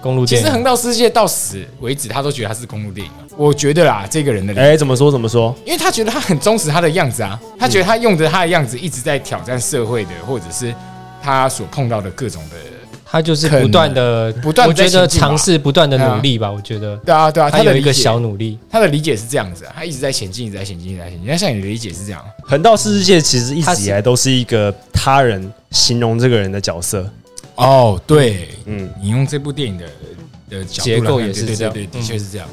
Speaker 1: 公路
Speaker 2: 其
Speaker 1: 电
Speaker 2: 实
Speaker 1: 影
Speaker 2: 横到世界到死为止，他都觉得他是公路电影啊。我觉得啦，这个人的
Speaker 3: 哎、怎么说怎么说？
Speaker 2: 因为他觉得他很忠实他的样子啊，他
Speaker 1: 嗯
Speaker 2: 觉得他用着他的样子一直在挑战社会的，或者是他所碰到的各种的。
Speaker 1: 他就是不断的、
Speaker 2: 不断地
Speaker 1: 我觉
Speaker 2: 在
Speaker 1: 得
Speaker 2: 前进吧
Speaker 1: 尝试不断的努力吧。我觉得
Speaker 2: 对啊，对啊，
Speaker 1: 他
Speaker 2: 他的
Speaker 1: 有
Speaker 2: 理
Speaker 1: 一
Speaker 2: 解
Speaker 1: 个小努力，
Speaker 2: 他的理解是这样子、啊，他一直在前进，一直在前进，一直在前进。那像你的理解是这样，啊
Speaker 3: 横道世界其实一
Speaker 1: 他
Speaker 3: 直
Speaker 1: 是
Speaker 3: 以来都是一个他人形容这个人的角色。
Speaker 2: 哦，对
Speaker 3: 嗯，
Speaker 2: 你用这部电影的的角度来
Speaker 1: 结构
Speaker 2: 看
Speaker 1: 也是
Speaker 2: 对
Speaker 1: 这
Speaker 2: 对
Speaker 1: 样
Speaker 2: 对，对的确是这样。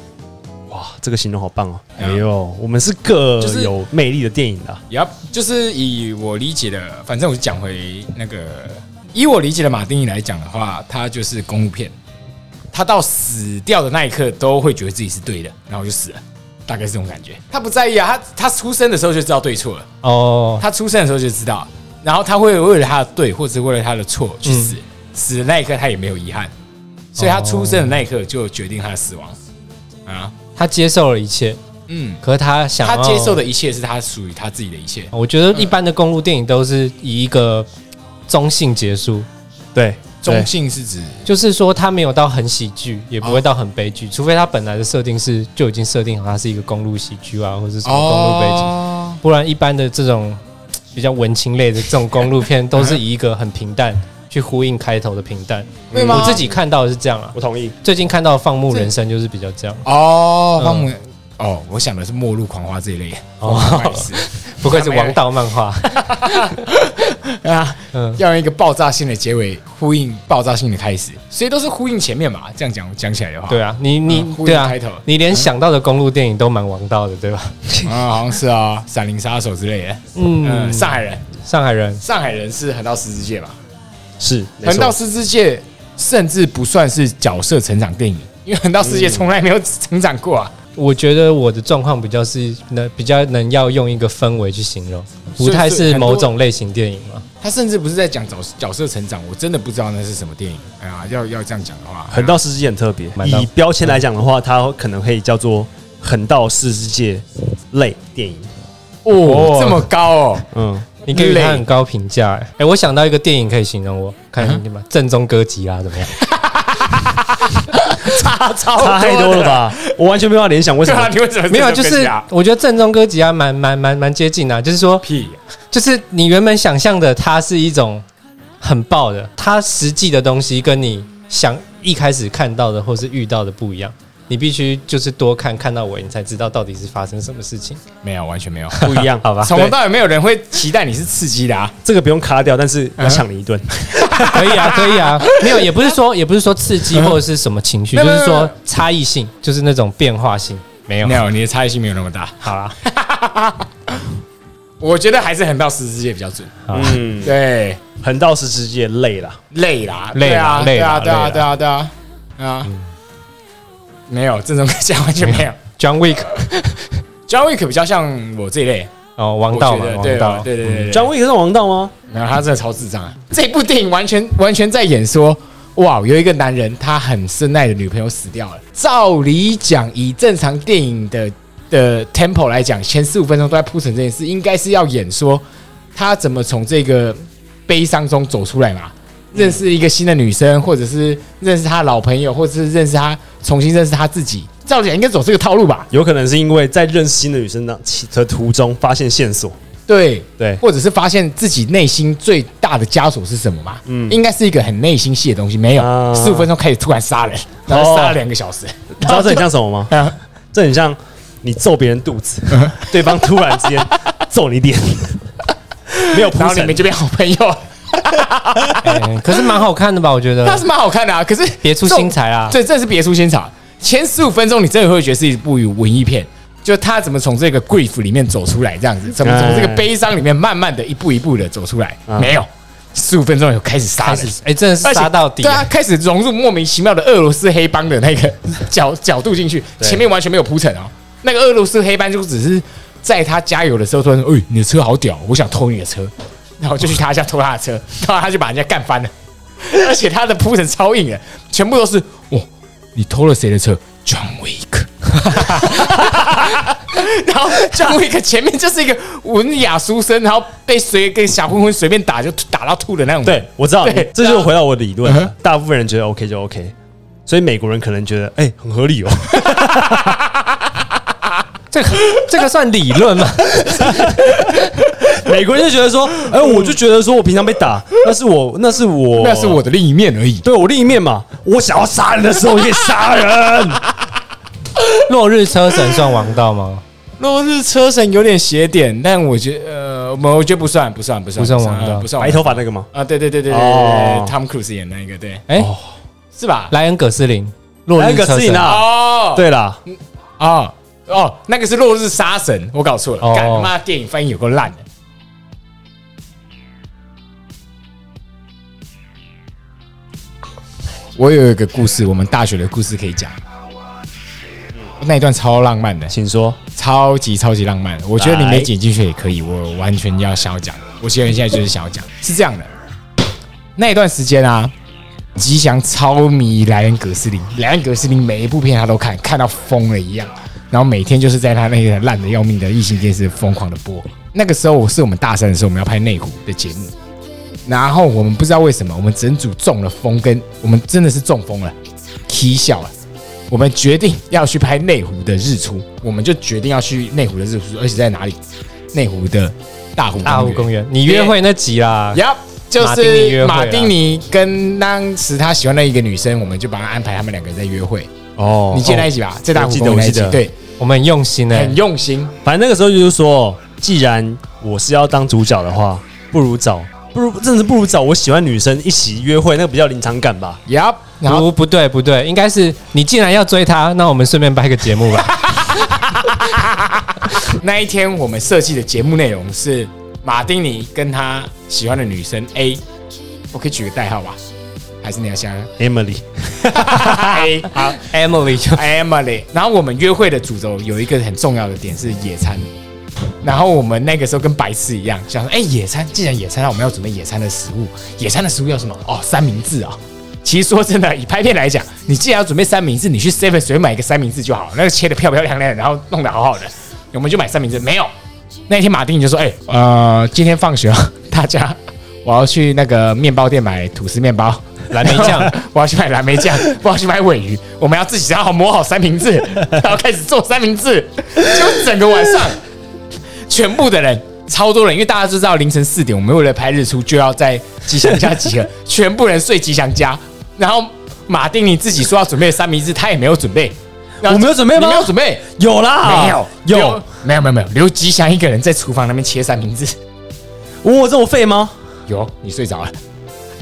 Speaker 3: 哇，这个形容好棒哦！
Speaker 2: 对啊
Speaker 3: 哎呦，我们是个
Speaker 2: 就是
Speaker 3: 有魅力的电影的啊、
Speaker 2: 也要就是以我理解的，反正我就讲回那个，以我理解的马丁尼来讲的话，他就是公路片，他到死掉的那一刻都会觉得自己是对的，然后就死了，大概是这种感觉。他不在意啊，他他出生的时候就知道对错了，
Speaker 1: 哦，
Speaker 2: 他出生的时候就知道，然后他会为了他的对或者是为了他的错去死，
Speaker 1: 嗯
Speaker 2: 死的那一刻他也没有遗憾，所以他出
Speaker 1: 哦
Speaker 2: 生的那一刻就决定他的死亡啊，
Speaker 1: 他接受了一切，
Speaker 2: 嗯，
Speaker 1: 可是他想
Speaker 2: 他
Speaker 1: 要
Speaker 2: 接受的一切是他属于他自己的一切，
Speaker 1: 我觉得一般的公路电影都是以一个中性结束，
Speaker 3: 对，
Speaker 2: 中
Speaker 3: 对
Speaker 2: 性是指。
Speaker 1: 就是说他没有到很喜剧，也不会到很悲
Speaker 2: 哦
Speaker 1: 剧，除非他本来的设定是就已经设定好它是一个公路喜剧啊，或者是什么公路悲剧，
Speaker 2: 哦
Speaker 1: 不然一般的这种嘖比较文青类的这种公路片，都是以一个很平淡去呼应开头的平淡。
Speaker 2: 会吗
Speaker 1: 我自己看到的是这样啊，
Speaker 3: 我同意。
Speaker 1: 最近看到《放牧人生》就是比较这样。
Speaker 2: 哦，
Speaker 1: 嗯
Speaker 2: 放牧人哦，我想的是《末路狂花》这一类。
Speaker 1: 哦
Speaker 2: 哦， 是
Speaker 1: 不愧是王道漫画，
Speaker 2: 啊，
Speaker 1: 嗯，
Speaker 2: 要用一个爆炸性的结尾呼应爆炸性的开始，所以都是呼应前面嘛。这样讲讲起来的话，
Speaker 1: 对啊，你你
Speaker 2: 嗯呼应
Speaker 1: 对啊
Speaker 2: 开头，
Speaker 1: 你连想到的公路电影都蛮王道的，对吧？
Speaker 2: 啊，好像是啊，《闪灵杀手》之类的。嗯，
Speaker 1: 嗯，
Speaker 2: 上海人，
Speaker 1: 上海人
Speaker 2: 上海人是横道十字界嘛？
Speaker 3: 是，没
Speaker 2: 横道
Speaker 3: 错。
Speaker 2: 十字界甚至不算是角色成长电影，因为横道世界从来没有成长过啊。
Speaker 1: 我觉得我的状况比较是能比较能要用一个氛围去形容，
Speaker 2: 所以
Speaker 1: 不太
Speaker 2: 所以
Speaker 1: 是
Speaker 2: 很多
Speaker 1: 某种类型电影嘛。
Speaker 2: 他甚至不是在讲角角色成长，我真的不知道那是什么电影。哎呀，要要这样讲的话，
Speaker 3: 横道世纪很特别，
Speaker 1: 蛮到
Speaker 3: 以标签来讲的话，它可能可以叫做横道世界类电影。
Speaker 2: 哦，这么高 哦，
Speaker 3: 嗯，
Speaker 1: 你给予他很高评价、欸，哎、我想到一个电影可以形容我，看你们正宗哥吉拉怎么样？
Speaker 2: 差啊超
Speaker 3: 差太多了
Speaker 2: 的？
Speaker 3: 吧？我完全没有办法联想为什
Speaker 2: 对啊，
Speaker 3: 么。
Speaker 2: 你为什 么
Speaker 1: 没有，
Speaker 2: 这
Speaker 1: 就
Speaker 2: 么
Speaker 1: 是
Speaker 2: 跟啊
Speaker 1: 我觉得正宗哥吉拉蛮蛮蛮蛮接近的啊、就是说，
Speaker 2: 屁呀？
Speaker 1: 就是你原本想象的它是一种很爆的，它实际的东西跟你想一开始看到的或是遇到的不一样。你必须就是多看看到我，你才知道到底是发生什么事 情，
Speaker 2: 没有，完全没有。
Speaker 3: 不 一样，好吧
Speaker 2: 从头到尾没有人会期待你是刺激的啊！
Speaker 3: 这个不用卡掉，但是要抢你一顿。
Speaker 1: 可以啊，可以啊，没有，也不是说也不是说刺激或者是什么情绪，
Speaker 2: 没
Speaker 1: 就
Speaker 2: 有
Speaker 1: 是
Speaker 2: 没有没
Speaker 1: 说
Speaker 2: 有
Speaker 1: 差异性，就是那种变化性，没有
Speaker 2: 没，有，你的差异性没有那么大。
Speaker 1: 好啦，
Speaker 2: 我觉得还是横道世之界比较准。
Speaker 1: 好啦
Speaker 3: 嗯，
Speaker 2: 对，
Speaker 3: 横道世世界累啦，
Speaker 2: 累啦，
Speaker 1: 累啦
Speaker 2: 啊，对啊，
Speaker 1: 累
Speaker 2: 对
Speaker 1: 啦嗯
Speaker 2: 啊，对啊，对啊，对啊，没有这种讲完全没有。
Speaker 1: ，John Wick，
Speaker 2: John Wick 比较像我这一类，
Speaker 1: 哦，王
Speaker 2: 我
Speaker 1: 道
Speaker 2: 觉
Speaker 1: 嘛，
Speaker 2: 得
Speaker 1: 王
Speaker 2: 对啊
Speaker 1: 道，嗯
Speaker 2: 对对对对。
Speaker 3: 专
Speaker 2: John
Speaker 3: 位是王道吗？
Speaker 2: 然后他真的超智障啊！这部电影完全完全在演说，哇，有一个男人他很深爱的女朋友死掉了。照理讲，以正常电影的的 tempo 来讲，前十五分钟都在铺陈这件事，应该是要演说他怎么从这个悲伤中走出来嘛。认识一个新的女生，或者是认识他老朋友，或者是认识他重新认识他自己，照理讲应该走这个套路吧？
Speaker 3: 有可能是因为在认识新的女生的的途中发现线索，
Speaker 2: 对，
Speaker 3: 对，
Speaker 2: 或者是发现自己内心最大的枷锁是什么嘛？嗯，应该是一个很内心戏的东西，没有
Speaker 3: 啊
Speaker 2: 十五、15分钟开始突然杀
Speaker 1: 哦
Speaker 2: 人，然后杀了两个小时，
Speaker 3: 你知道这很像什么吗？
Speaker 2: 啊
Speaker 3: 这很像你揍别人肚子，对方突然之间揍你脸，没有铺
Speaker 2: 然后你
Speaker 3: 陈
Speaker 2: 们，就变好 朋友，啊
Speaker 1: 嗯 可是蛮好看的吧？我觉 得
Speaker 2: 那是蛮好看的啊。可是
Speaker 1: 别出心裁啊
Speaker 2: 这种对，这是别出心裁。前十五分钟你真的会觉得是一部文艺片，就他怎么从这个 grief 里面走出来，这样
Speaker 1: 哎
Speaker 2: 子，怎么从这个悲伤里面慢慢的一步一步的走出来，没有。十五分钟以后开始杀
Speaker 1: 啊开
Speaker 2: 人
Speaker 1: 始，，哎、真的是
Speaker 2: 而且
Speaker 1: 杀到底、
Speaker 2: 对啊，开始融入莫名其妙的俄罗斯黑帮的那个 角角度进去，
Speaker 3: 对
Speaker 2: 前面完全没有铺陈哦。那个俄罗斯黑帮就只是在他加油的时候突然说：“哎、你的车好屌，我想偷你的车。”然后就去他家偷他的车， 然后他就把人家干翻了。 而且他的铺陈超硬的，全部都是哦，你偷了谁的车？John Wick。然后 John Wick 前面就是一个文雅书生，然后被随跟小混混随便打就打到吐的那种。
Speaker 3: 对，我知道，
Speaker 2: 对
Speaker 3: 这就是回到我的理论
Speaker 2: 嗯
Speaker 3: 了
Speaker 2: 哼。
Speaker 3: 大部分人觉得 OK 就 OK，所以美国人可能觉得哎、很 合理哦，
Speaker 1: 这个这个算理论 吗？
Speaker 3: 美国人就觉得说，哎、我就觉得说我平常被打，那是我那是我
Speaker 2: 那是我的另一面而已。
Speaker 3: 对我另一面嘛，我想要杀人的时候也可以杀 人。
Speaker 1: 落日车神算王道吗？
Speaker 2: 落日车神有点邪点，但我觉得呃，我我觉得不算，不算，不算，
Speaker 1: 不算王道
Speaker 2: 呃不算
Speaker 3: 白头发那个吗？
Speaker 2: 啊，对对对对对
Speaker 3: 哦
Speaker 2: 对，汤姆克鲁斯演那一个，对，
Speaker 1: 哎、
Speaker 3: 哦
Speaker 2: 是吧？
Speaker 1: 莱恩·葛斯林，落
Speaker 3: 那
Speaker 1: 日
Speaker 3: 个
Speaker 1: 车
Speaker 3: 是
Speaker 1: 神，
Speaker 3: 啊，
Speaker 2: 哦，
Speaker 3: 对啦，
Speaker 2: 啊，哦，那个是落日杀神，我搞错了，
Speaker 1: 哦
Speaker 2: 干他妈电影翻译有够烂的。我有一个故事，我们大学的故事可以讲，那一段超浪漫的，
Speaker 3: 请说。
Speaker 2: 超级超级浪漫，我觉得你
Speaker 3: 来
Speaker 2: 没剪进去也可以，我完全要想要讲，我现在现在就是想要讲，是这样的，那一段时间啊，吉祥超迷莱恩·葛斯林，莱恩·葛斯林每一部片他都看，看到疯了一样，然后每天就是在他那个烂的要命的异性电视疯狂的播。那个时候我是我们大三的时候，我们要拍内湖的节目，然后我们不知道为什么，我们整组中了风，跟我们真的是中风了，踢笑了。我们决定要去拍内湖的日出，我们就决定要去内湖的日出，而且在哪里？内湖的大湖
Speaker 1: 大湖公园，你约会那集啦，
Speaker 2: 呀，就
Speaker 1: 马丁尼约
Speaker 2: 是
Speaker 1: 会
Speaker 2: 马
Speaker 1: 啦
Speaker 2: 丁尼跟当时他喜欢的一个女生，我们就帮他安排他们两个人在约会。
Speaker 3: 哦
Speaker 2: 你记得那一集吧？在大
Speaker 3: 我
Speaker 2: 湖
Speaker 3: 记得
Speaker 2: 公园那一
Speaker 3: 我
Speaker 2: 集
Speaker 3: 记得，
Speaker 2: 对，
Speaker 1: 我们很用心欸呢、
Speaker 2: 很用心。
Speaker 3: 反正那个时候就是说，既然我是要当主角的话，不如找，不如真的是不如找我喜欢女生一起约会，那个比较临场感吧。
Speaker 2: 呀，然后
Speaker 1: 不不对不对，应该是你既然要追她，那我们顺便拍个节目 吧。
Speaker 2: 那一天我们设计的节目内容是马丁尼跟他喜欢的女生 A，我可以取个代号吧？还是你要想
Speaker 3: Emily，
Speaker 2: A 哎好
Speaker 1: Emily 就
Speaker 2: Emily。然后我们约会的主轴有一个很重要的点是野餐。然后我们那个时候跟白痴一样，想说，哎、野餐，既然野餐，那我们要准备野餐的食物。野餐的食物要什么？哦，三明治啊、其实说真的，以拍片来讲，你既然要准备三明治，你去 Seven 随便买一个三明治就好，那个切的漂漂亮亮，然后弄得好好的，我们就买三明治。没有，那天马丁就说：“哎、呃，今天放学， 大家我要去那个面包店买吐司面 包。”
Speaker 1: 蓝莓酱，
Speaker 2: 我要去买蓝莓酱， 我要去买尾鱼，我们要自己然后磨好三明 治，然后开始做三明治，就整个晚上，全部的人超多人，因为大家都知道凌晨四点，我们为了拍日出就要在吉祥家集 合，全部人睡吉祥家，然后马丁你自己说要准备三明治，他也没有准备，然后
Speaker 3: 我没有准备吗
Speaker 2: 你没有准备，
Speaker 3: 有啦，
Speaker 2: 没有
Speaker 3: 啊有，，
Speaker 2: 没有没有没有，刘吉祥一个人在厨房那边切三明治。
Speaker 3: 我有这么废吗？
Speaker 2: 有，你睡着了。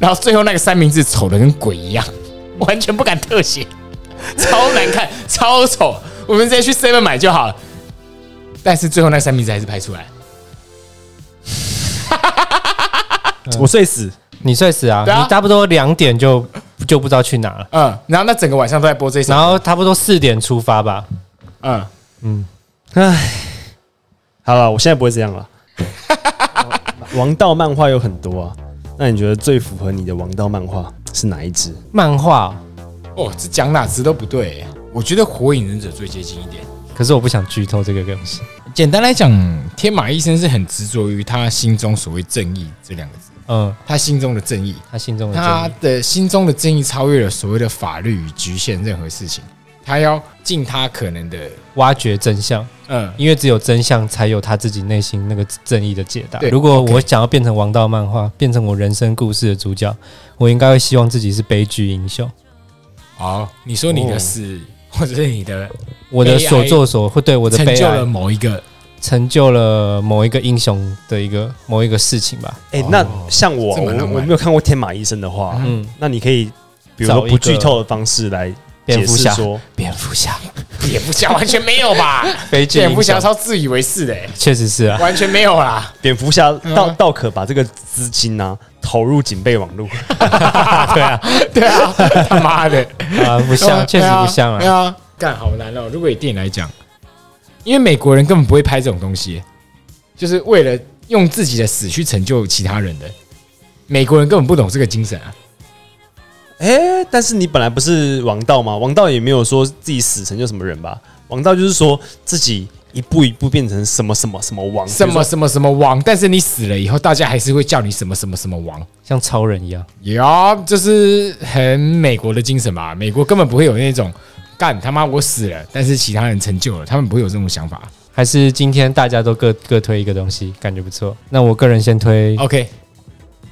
Speaker 2: 然后最后那个三明治丑的跟鬼一样，完全不敢特写， 超难看，超丑。我们直接去 Seven 买就好了。但是最后那个三明治还是拍出来，嗯
Speaker 3: 我睡死，
Speaker 1: 你睡死啊！
Speaker 2: 对啊
Speaker 1: 你差不多两点就就不知道去哪了，
Speaker 2: 嗯。然后那整个晚上都在播这一首，
Speaker 1: 然后差不多四点出发吧。
Speaker 2: 嗯，
Speaker 3: 唉，好了，我现在不会这 样了。王道漫画有很多啊，那你觉得最符合你的王道漫画是哪一支？
Speaker 1: 漫画哦，
Speaker 2: 哦，这讲哪支都不对耶。我觉得《火影忍者》最接近一点。
Speaker 1: 可是我不想剧透这个东西。
Speaker 2: 简单来讲，天马医生是很执着于他心中所谓正义这两个字，
Speaker 1: 嗯，
Speaker 2: 他心中的正义，
Speaker 1: 他心中的正
Speaker 2: 他
Speaker 1: 义，
Speaker 2: 的心中的正义超越了所谓的法律与局限任何事情，他要尽他可能的，
Speaker 1: 挖掘真相，
Speaker 2: 嗯，
Speaker 1: 因为只有真相才有他自己内心那个正义的解答
Speaker 2: 对。
Speaker 1: 如果
Speaker 2: OK
Speaker 1: 我想要变成王道漫画，变成我人生故事的主角，我应该会希望自己是悲剧英雄。
Speaker 2: 好，你说你的事，或者是你的
Speaker 1: 我的
Speaker 2: AI
Speaker 1: 所作所会对我的
Speaker 2: 成
Speaker 1: 悲
Speaker 2: 就了
Speaker 1: 哀，
Speaker 2: 某一 个，
Speaker 1: 成就了某一个英雄的一个某一个事情吧。
Speaker 3: 哎、
Speaker 2: 哦
Speaker 3: 那像我，
Speaker 2: 这
Speaker 3: 我
Speaker 2: 蛮浪漫
Speaker 3: 我没有看过《天马医生》的话，
Speaker 1: 嗯，
Speaker 3: 那你可以比如说
Speaker 1: 找一
Speaker 3: 不
Speaker 1: 个
Speaker 3: 剧透的方式来
Speaker 1: 蝙
Speaker 3: 解
Speaker 1: 蝠
Speaker 3: 释
Speaker 1: 侠，
Speaker 3: 说，
Speaker 1: 蝙蝠侠，
Speaker 2: 蝙蝠侠完全没 有吧？
Speaker 1: 悲剧
Speaker 2: 蝙蝠
Speaker 1: 英
Speaker 2: 侠
Speaker 1: 雄，
Speaker 2: 超自以为是的、欸，
Speaker 1: 确实是啊。
Speaker 2: 完全没有啦。
Speaker 3: 蝙蝠侠道
Speaker 2: 嗯
Speaker 3: 道可把这个资金呢、投入警备网络，
Speaker 1: 对啊，
Speaker 2: 对啊，他妈的，
Speaker 1: 啊，不像，确实不像
Speaker 2: 对
Speaker 1: 啊。
Speaker 2: 啊，干好难哦。如果以电影来讲，因为美国人根本不会拍这种东西，就是为了用自己的死去成就其他人的。美国人根本不懂这个精神啊。
Speaker 3: 哎、但是你本来不是王道吗？王道也没有说自己死成就什么人吧？王道就是说自己一步一步变成什么什么什么王，
Speaker 2: 什
Speaker 3: 比如
Speaker 2: 么
Speaker 3: 说
Speaker 2: 什么什么王，但是你死了以后，大家还是会叫你什么什么什么王。
Speaker 1: 像超人一样，
Speaker 2: 有、这是很美国的精神吧？美国根本不会有那种干他妈我死了，但是其他人成就了，他们不会有这种想法。
Speaker 1: 还是今天大家都各各推一个东西，感觉不错。那我个人先推，
Speaker 2: OK，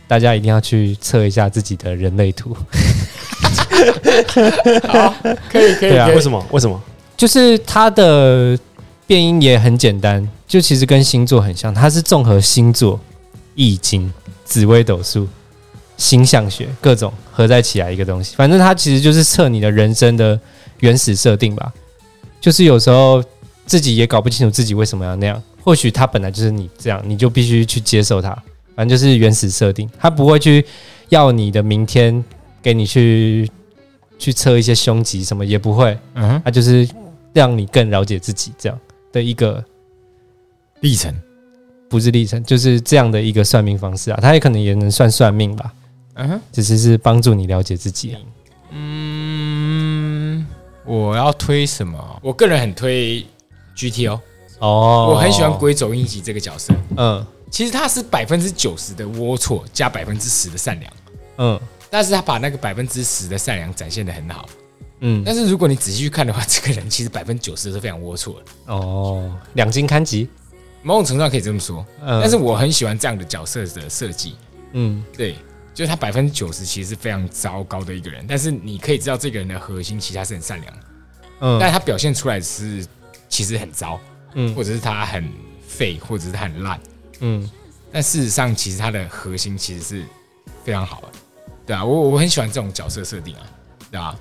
Speaker 1: 大家一定要去测一下自己的人类图，
Speaker 2: 可以可以
Speaker 1: 对啊
Speaker 2: 可以
Speaker 3: 为什么？为什么？
Speaker 1: 就是它的变音也很简单，就其实跟星座很像，它是综合星座、易经、紫微斗数、星象学各种合在起来一个东西。反正它其实就是测你的人生的原始设定吧。就是有时候自己也搞不清楚自己为什么要那样，或许他本来就是你这样，你就必须去接受它。反正就是原始设定，他不会去要你的明天给你去去测一些凶吉什么，也不会。
Speaker 2: 嗯哼，
Speaker 1: 它啊就是让你更了解自己这样的一个
Speaker 2: 历程
Speaker 1: 不是历程，就是这样的一个算命方式啊。它也可能也能算算命吧，
Speaker 2: 嗯哼，
Speaker 1: 只是是帮助你了解自己啊、
Speaker 2: 嗯，我要推什么？我个人很推 GTO，、
Speaker 1: 哦
Speaker 2: 我很喜欢龟走英吉这个角色。
Speaker 1: 嗯
Speaker 2: 其实他是百分之九十的龌龊加百分之十的善良，
Speaker 1: 嗯
Speaker 2: 但是他把那个百分之十的善良展现的很好。
Speaker 1: 嗯
Speaker 2: 但是如果你仔细去看的话，这个人其实百分之九十是非常龌龊的，
Speaker 1: 哦，两金刊集，
Speaker 2: 某种程度上可以这么说。
Speaker 1: 嗯，
Speaker 2: 但是我很喜欢这样的角色的设计，
Speaker 1: 嗯
Speaker 2: 对，就是他百分之九十其实是非常糟糕的一个人，但是你可以知道这个人的核心其实他是很善良的，
Speaker 1: 嗯
Speaker 2: 但他表现出来是其实很糟，
Speaker 1: 嗯
Speaker 2: 或者是他很废，或者是他很烂，
Speaker 1: 嗯
Speaker 2: 但事实上其实他的核心其实是非常好的，对啊，我我很喜欢这种角色设定啊，对啊，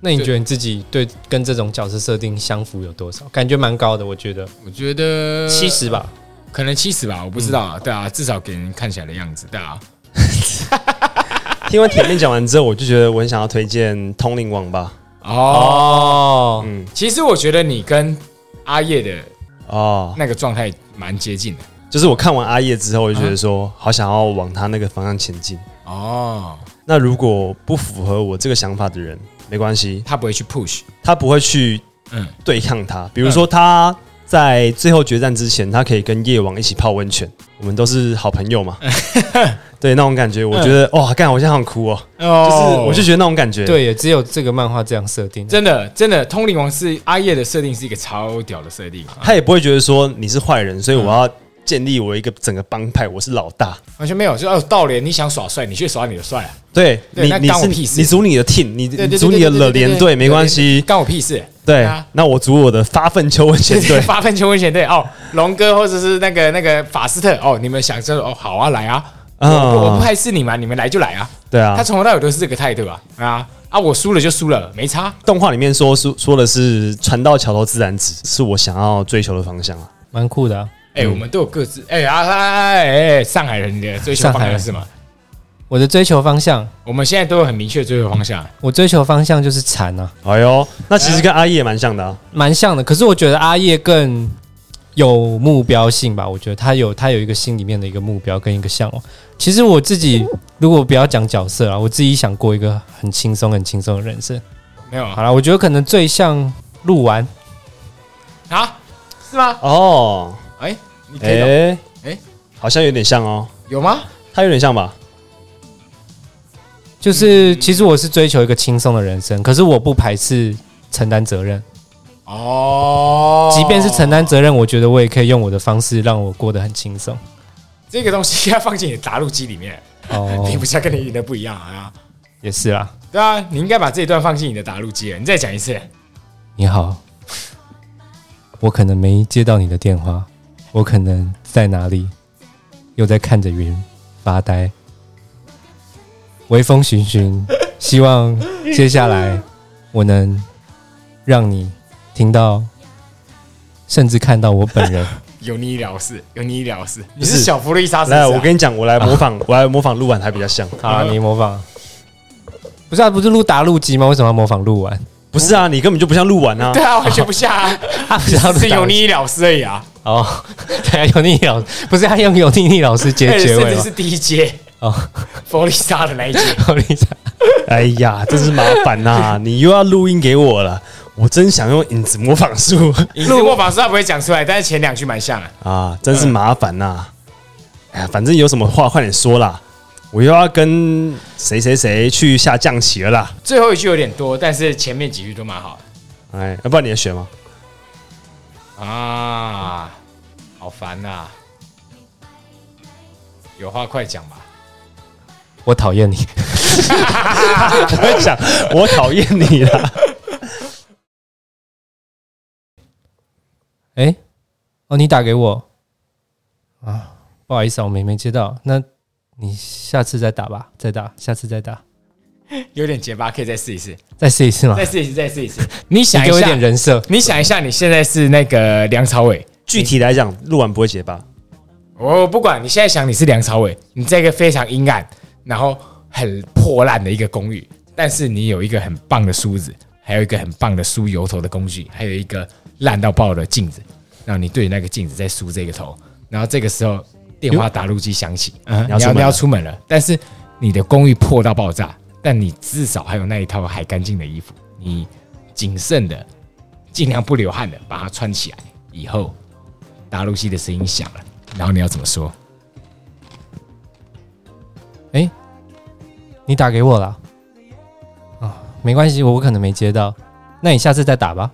Speaker 1: 那你觉得你自己对跟这种角色设定相符有多少？感觉蛮高的，我觉得
Speaker 2: 我觉得
Speaker 1: 七十吧。
Speaker 2: 可能七十吧，我不知道啊，对啊，至少给人看起来的样子，对啊，
Speaker 3: 听完铁面讲完之后，我就觉得我很想要推荐通灵网吧。
Speaker 2: 哦，
Speaker 1: 哦，
Speaker 3: 嗯，
Speaker 2: 其实我觉得你跟阿叶的
Speaker 3: 哦，
Speaker 2: 那个状态蛮接近的。
Speaker 3: 就是我看完阿叶之后，我就觉得说，好想要往他那个方向前进。
Speaker 2: 哦，
Speaker 3: 那如果不符合我这个想法的人，没关系，
Speaker 2: 他不会去 push，
Speaker 3: 他不会去
Speaker 2: 嗯，
Speaker 3: 对抗他。比如说他在最后决战之前，他可以跟夜王一起泡温泉，我们都是好朋 友嘛。对，那种感觉，我觉得哇，干，我现在好哭哦。
Speaker 2: 哦
Speaker 3: 就是我就觉得那种感觉，，
Speaker 1: 对，也只有这个漫画这样设定。
Speaker 2: 真的真的，通灵王是阿叶的设定是一个超屌的设定，
Speaker 3: 他也不会觉得说你是坏人，
Speaker 2: 嗯
Speaker 3: 所以我要建立我一个整个帮派，我是老大。
Speaker 2: 完全没有，就哦，道理你想耍帅，你去耍你的帅啊，
Speaker 3: 对
Speaker 2: 对
Speaker 3: 你
Speaker 2: 那，
Speaker 3: 你
Speaker 2: 干我
Speaker 3: 是
Speaker 2: 屁事
Speaker 3: 你组你的 team，你
Speaker 2: 对
Speaker 3: 你
Speaker 2: 对
Speaker 3: 组
Speaker 2: 对
Speaker 3: 你的
Speaker 2: 对对
Speaker 3: 了
Speaker 2: 对
Speaker 3: 联
Speaker 2: 对
Speaker 3: 队没关
Speaker 2: 对
Speaker 3: 系。
Speaker 2: 干我屁事。
Speaker 3: 对
Speaker 2: 啊，
Speaker 3: 那我组我的发愤秋温
Speaker 2: 就
Speaker 3: 泉
Speaker 2: 是
Speaker 3: 队。
Speaker 2: 发愤球温泉队哦，龙哥或者是那个那个法斯特哦，你们想说哦，好啊，来啊，我
Speaker 3: 啊
Speaker 2: 不我不排斥你嘛，你们来就来啊。
Speaker 3: 对啊
Speaker 2: 他，从头到尾都是这个态度啊啊啊，我输了就输了，没差。
Speaker 3: 动画里面说说说的是船到桥头自然直，是我想要追求的方向啊。
Speaker 1: 蛮酷的、啊。
Speaker 2: 哎，我们都有各自哎啊哎哎哎，上海人的追求方向是什么？
Speaker 1: 我的追求方向，
Speaker 2: 我们现在都有很明确的追求方向。
Speaker 1: 我追求方向就是禅啊，
Speaker 3: 哎呦，那其实跟阿义也蛮像的啊。
Speaker 1: 蛮像的。可是我觉得阿叶更有目标性吧，我觉得他有他有一个心里面的一个目标跟一个向往。其实我自己如果不要讲角色啊，我自己想过一个很轻松很轻松的人生。
Speaker 2: 没有啊
Speaker 1: 好了，我觉得可能最像鹿丸，
Speaker 2: 啊？是吗？
Speaker 3: 哦，
Speaker 2: 哎，你可以懂
Speaker 3: 哎
Speaker 2: 哎
Speaker 3: 哎，好像有点像哦，
Speaker 2: 有吗？
Speaker 3: 他有点像吧？
Speaker 1: 就是其实我是追求一个轻松的人生，可是我不排斥承担责任，
Speaker 2: 哦，
Speaker 1: 即便是承担责任，我觉得我也可以用我的方式让我过得很轻松。
Speaker 2: 这个东西，要放进你的打录机里面，
Speaker 1: 哦
Speaker 2: 你，不是要跟你赢的不一样啊？
Speaker 1: 也是啦。
Speaker 2: 对啊，你应该把这一段放进你的打录机了。你再讲一次。
Speaker 1: 你好，我可能没接到你的电话，我可能在哪里，又在看着云发呆，微风徐徐，希望接下来我能让你听到，甚至看到我本 人。
Speaker 2: 有你了事，有你了事。你
Speaker 3: 不是
Speaker 2: 是小弗利莎是不是啊、
Speaker 3: 来，我跟你讲，我来 模仿，我来模仿鹿丸还比较像。
Speaker 1: 好，你模仿。不是啊，不是录打录集吗？为什么要模仿录完？
Speaker 3: 不是啊，你根本就不像鹿丸啊
Speaker 2: 对。啊，完全不像啊，
Speaker 1: 啊，不是
Speaker 2: 只
Speaker 1: 要录
Speaker 2: 是
Speaker 1: 打
Speaker 2: 有
Speaker 1: 录集
Speaker 2: 你了事而已啊，
Speaker 1: 哦， 对啊，有你老不是他用有你老师结
Speaker 2: 而且
Speaker 1: 结
Speaker 2: 甚
Speaker 1: 尾
Speaker 2: 至
Speaker 1: 吗
Speaker 2: 哎是？第一阶
Speaker 1: 哦，
Speaker 2: 弗利莎的那一阶。
Speaker 1: 有你老
Speaker 3: 哎呀，真是麻烦呐！你又要录音给我了，我真想用影子模仿术
Speaker 2: 录过法师他不会讲出来，但是前两句蛮像的。
Speaker 3: 啊，真是麻烦呐！哎呀，反正有什么话快点说啦，我又要跟谁谁谁去下象棋了啦。
Speaker 2: 最后一句有点多，但是前面几句都蛮好
Speaker 3: 哎，要不然你要学吗？
Speaker 2: 的啊，好烦呐、有话快讲吧。
Speaker 1: 我讨厌你。
Speaker 3: 我会讲，我讨厌你啦。
Speaker 1: 哎、哦，你打给我啊，不好意思啊，我没没接到。那你下次再打吧，再打，下次再打，
Speaker 2: 有点结巴，可以再试一次，
Speaker 1: 再试一次嘛
Speaker 2: 再。试一次，再试一次。你
Speaker 1: 你
Speaker 2: 想
Speaker 1: 给我
Speaker 2: 一
Speaker 1: 一点
Speaker 2: 下，
Speaker 1: 人设，
Speaker 2: 你想一下，你现在是那个梁朝伟，
Speaker 3: 具体来讲，录完不会结巴。
Speaker 2: 我不管，你现在想你是梁朝伟，你在一个非常阴暗，然后很破烂的一个公寓，但是你有一个很棒的梳子，还有一个很棒的梳油头的工具，还有一个烂到爆的镜子，然后你对着那个镜子在梳这个头，然后这个时候电话打录机响起，嗯、
Speaker 3: 你
Speaker 2: 你
Speaker 3: 要出
Speaker 2: 要
Speaker 3: 门
Speaker 2: 你
Speaker 3: 了
Speaker 2: 要出门了，但是你的公寓破到爆炸，但你至少还有那一套还干净的衣服，你谨慎的、尽量不流汗的把它穿起来，以后打录机的声音响了，然后你要怎么说？
Speaker 1: 你打给我啦。啊，没关系，我可能没接到。那你下次再打吧。